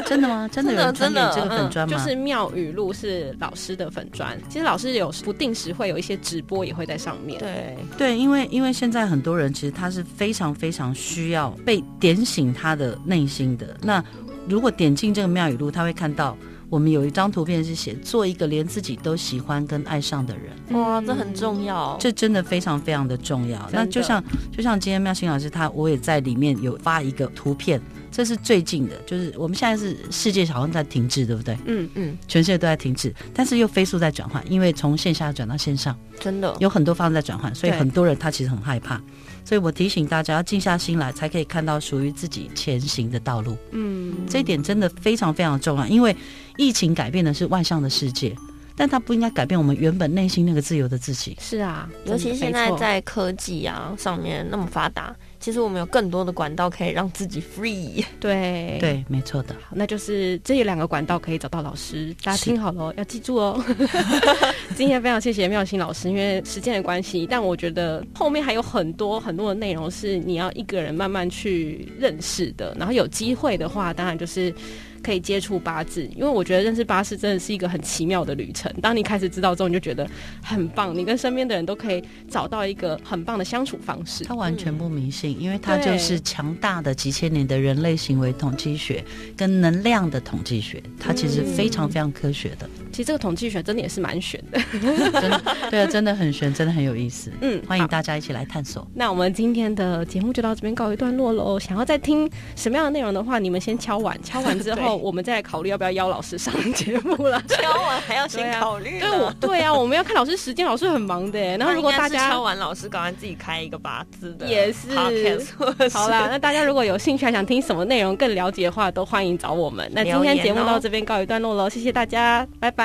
[SPEAKER 1] 真的吗？真的有人传
[SPEAKER 3] 真
[SPEAKER 1] 给
[SPEAKER 3] 的嗯
[SPEAKER 1] 你这个粉砖
[SPEAKER 2] 就
[SPEAKER 1] 吗？
[SPEAKER 2] 是妙语录是老师的粉砖，其实老师有不定时会有一些直播，也会在上面。
[SPEAKER 3] 对，
[SPEAKER 1] 对，因为因为现在很多人其实他是非常非常需要被点醒他的内心的。那如果点进这个妙语录，他会看到我们有一张图片是写“做一个连自己都喜欢跟爱上的人”，
[SPEAKER 3] 哇，这很重要，
[SPEAKER 1] 这真的非常非常的重要。
[SPEAKER 2] 真的
[SPEAKER 1] 那就像就像今天妙心老师他，我也在里面有发一个图片，这是最近的，就是我们现在是世界好像在停滞，对不对？
[SPEAKER 2] 嗯，
[SPEAKER 3] 嗯，
[SPEAKER 1] 全世界都在停滞，但是又飞速在转换，因为从线下转到线上。
[SPEAKER 3] 真的，
[SPEAKER 1] 有很多方式在转换，所以
[SPEAKER 2] 对
[SPEAKER 1] 很多人他其实很害怕。所以我提醒大家要静下心来，才可以看到属于自己前行的道路。
[SPEAKER 2] 嗯，
[SPEAKER 1] 这一点真的非常非常重要，因为疫情改变的是外向的世界，但它不应该改变我们原本内心那个自由的自己。
[SPEAKER 2] 是啊，
[SPEAKER 3] 尤其
[SPEAKER 2] 真的
[SPEAKER 3] 现在
[SPEAKER 2] 没错
[SPEAKER 3] 在科技啊上面那么发达，其实我们有更多的管道可以让自己 free。
[SPEAKER 2] 对。
[SPEAKER 1] 对，没错的。
[SPEAKER 2] 好那就是这有两个管道可以找到老师，大家
[SPEAKER 1] 是
[SPEAKER 2] 听好了，要记 住哦。今天非常谢谢妙心老师，因为时间的关系，但我觉得后面还有很多很多的内容是你要一个人慢慢去认识的，然后有机会的话，当然就是。可以接触八字，因为我觉得认识八字真的是一个很奇妙的旅程。当你开始知道之后，你就觉得很棒，你跟身边的人都可以找到一个很棒的相处方式。
[SPEAKER 1] 他完全不迷
[SPEAKER 2] 嗯
[SPEAKER 1] 信，因为他就是
[SPEAKER 2] 对
[SPEAKER 1] 强大的几千年的人类行为统计学跟能量的统计学，它其实非
[SPEAKER 2] 嗯
[SPEAKER 1] 常非常科学的，
[SPEAKER 2] 其实这个统计学真的也是蛮玄的。
[SPEAKER 1] 真的对啊，真的很玄，真的很有意思。
[SPEAKER 2] 嗯，
[SPEAKER 1] 欢迎
[SPEAKER 2] 好。
[SPEAKER 1] 大家一起来探索。
[SPEAKER 2] 那我们今天的节目就到这边告一段落喽。想要再听什么样的内容的话，你们先敲完，敲完之
[SPEAKER 3] 对
[SPEAKER 2] 后我们再来考虑要不要邀老师上节目了。
[SPEAKER 3] 敲完还要
[SPEAKER 2] 对
[SPEAKER 3] 先
[SPEAKER 2] 啊
[SPEAKER 3] 考虑呢、
[SPEAKER 2] 对，我 对啊，我们要看老师时间，老师很忙的 耶。然后如果大
[SPEAKER 3] 那应该是
[SPEAKER 2] 家
[SPEAKER 3] 敲完，老师赶快自己开一个八字的，
[SPEAKER 2] 也是
[SPEAKER 3] podcast 或者是
[SPEAKER 2] 好 啦，那大家如果有兴趣还想听什么内容更了解的话，都欢迎找我 们。那今天节目到这边告一段落喽，谢谢大家，拜拜。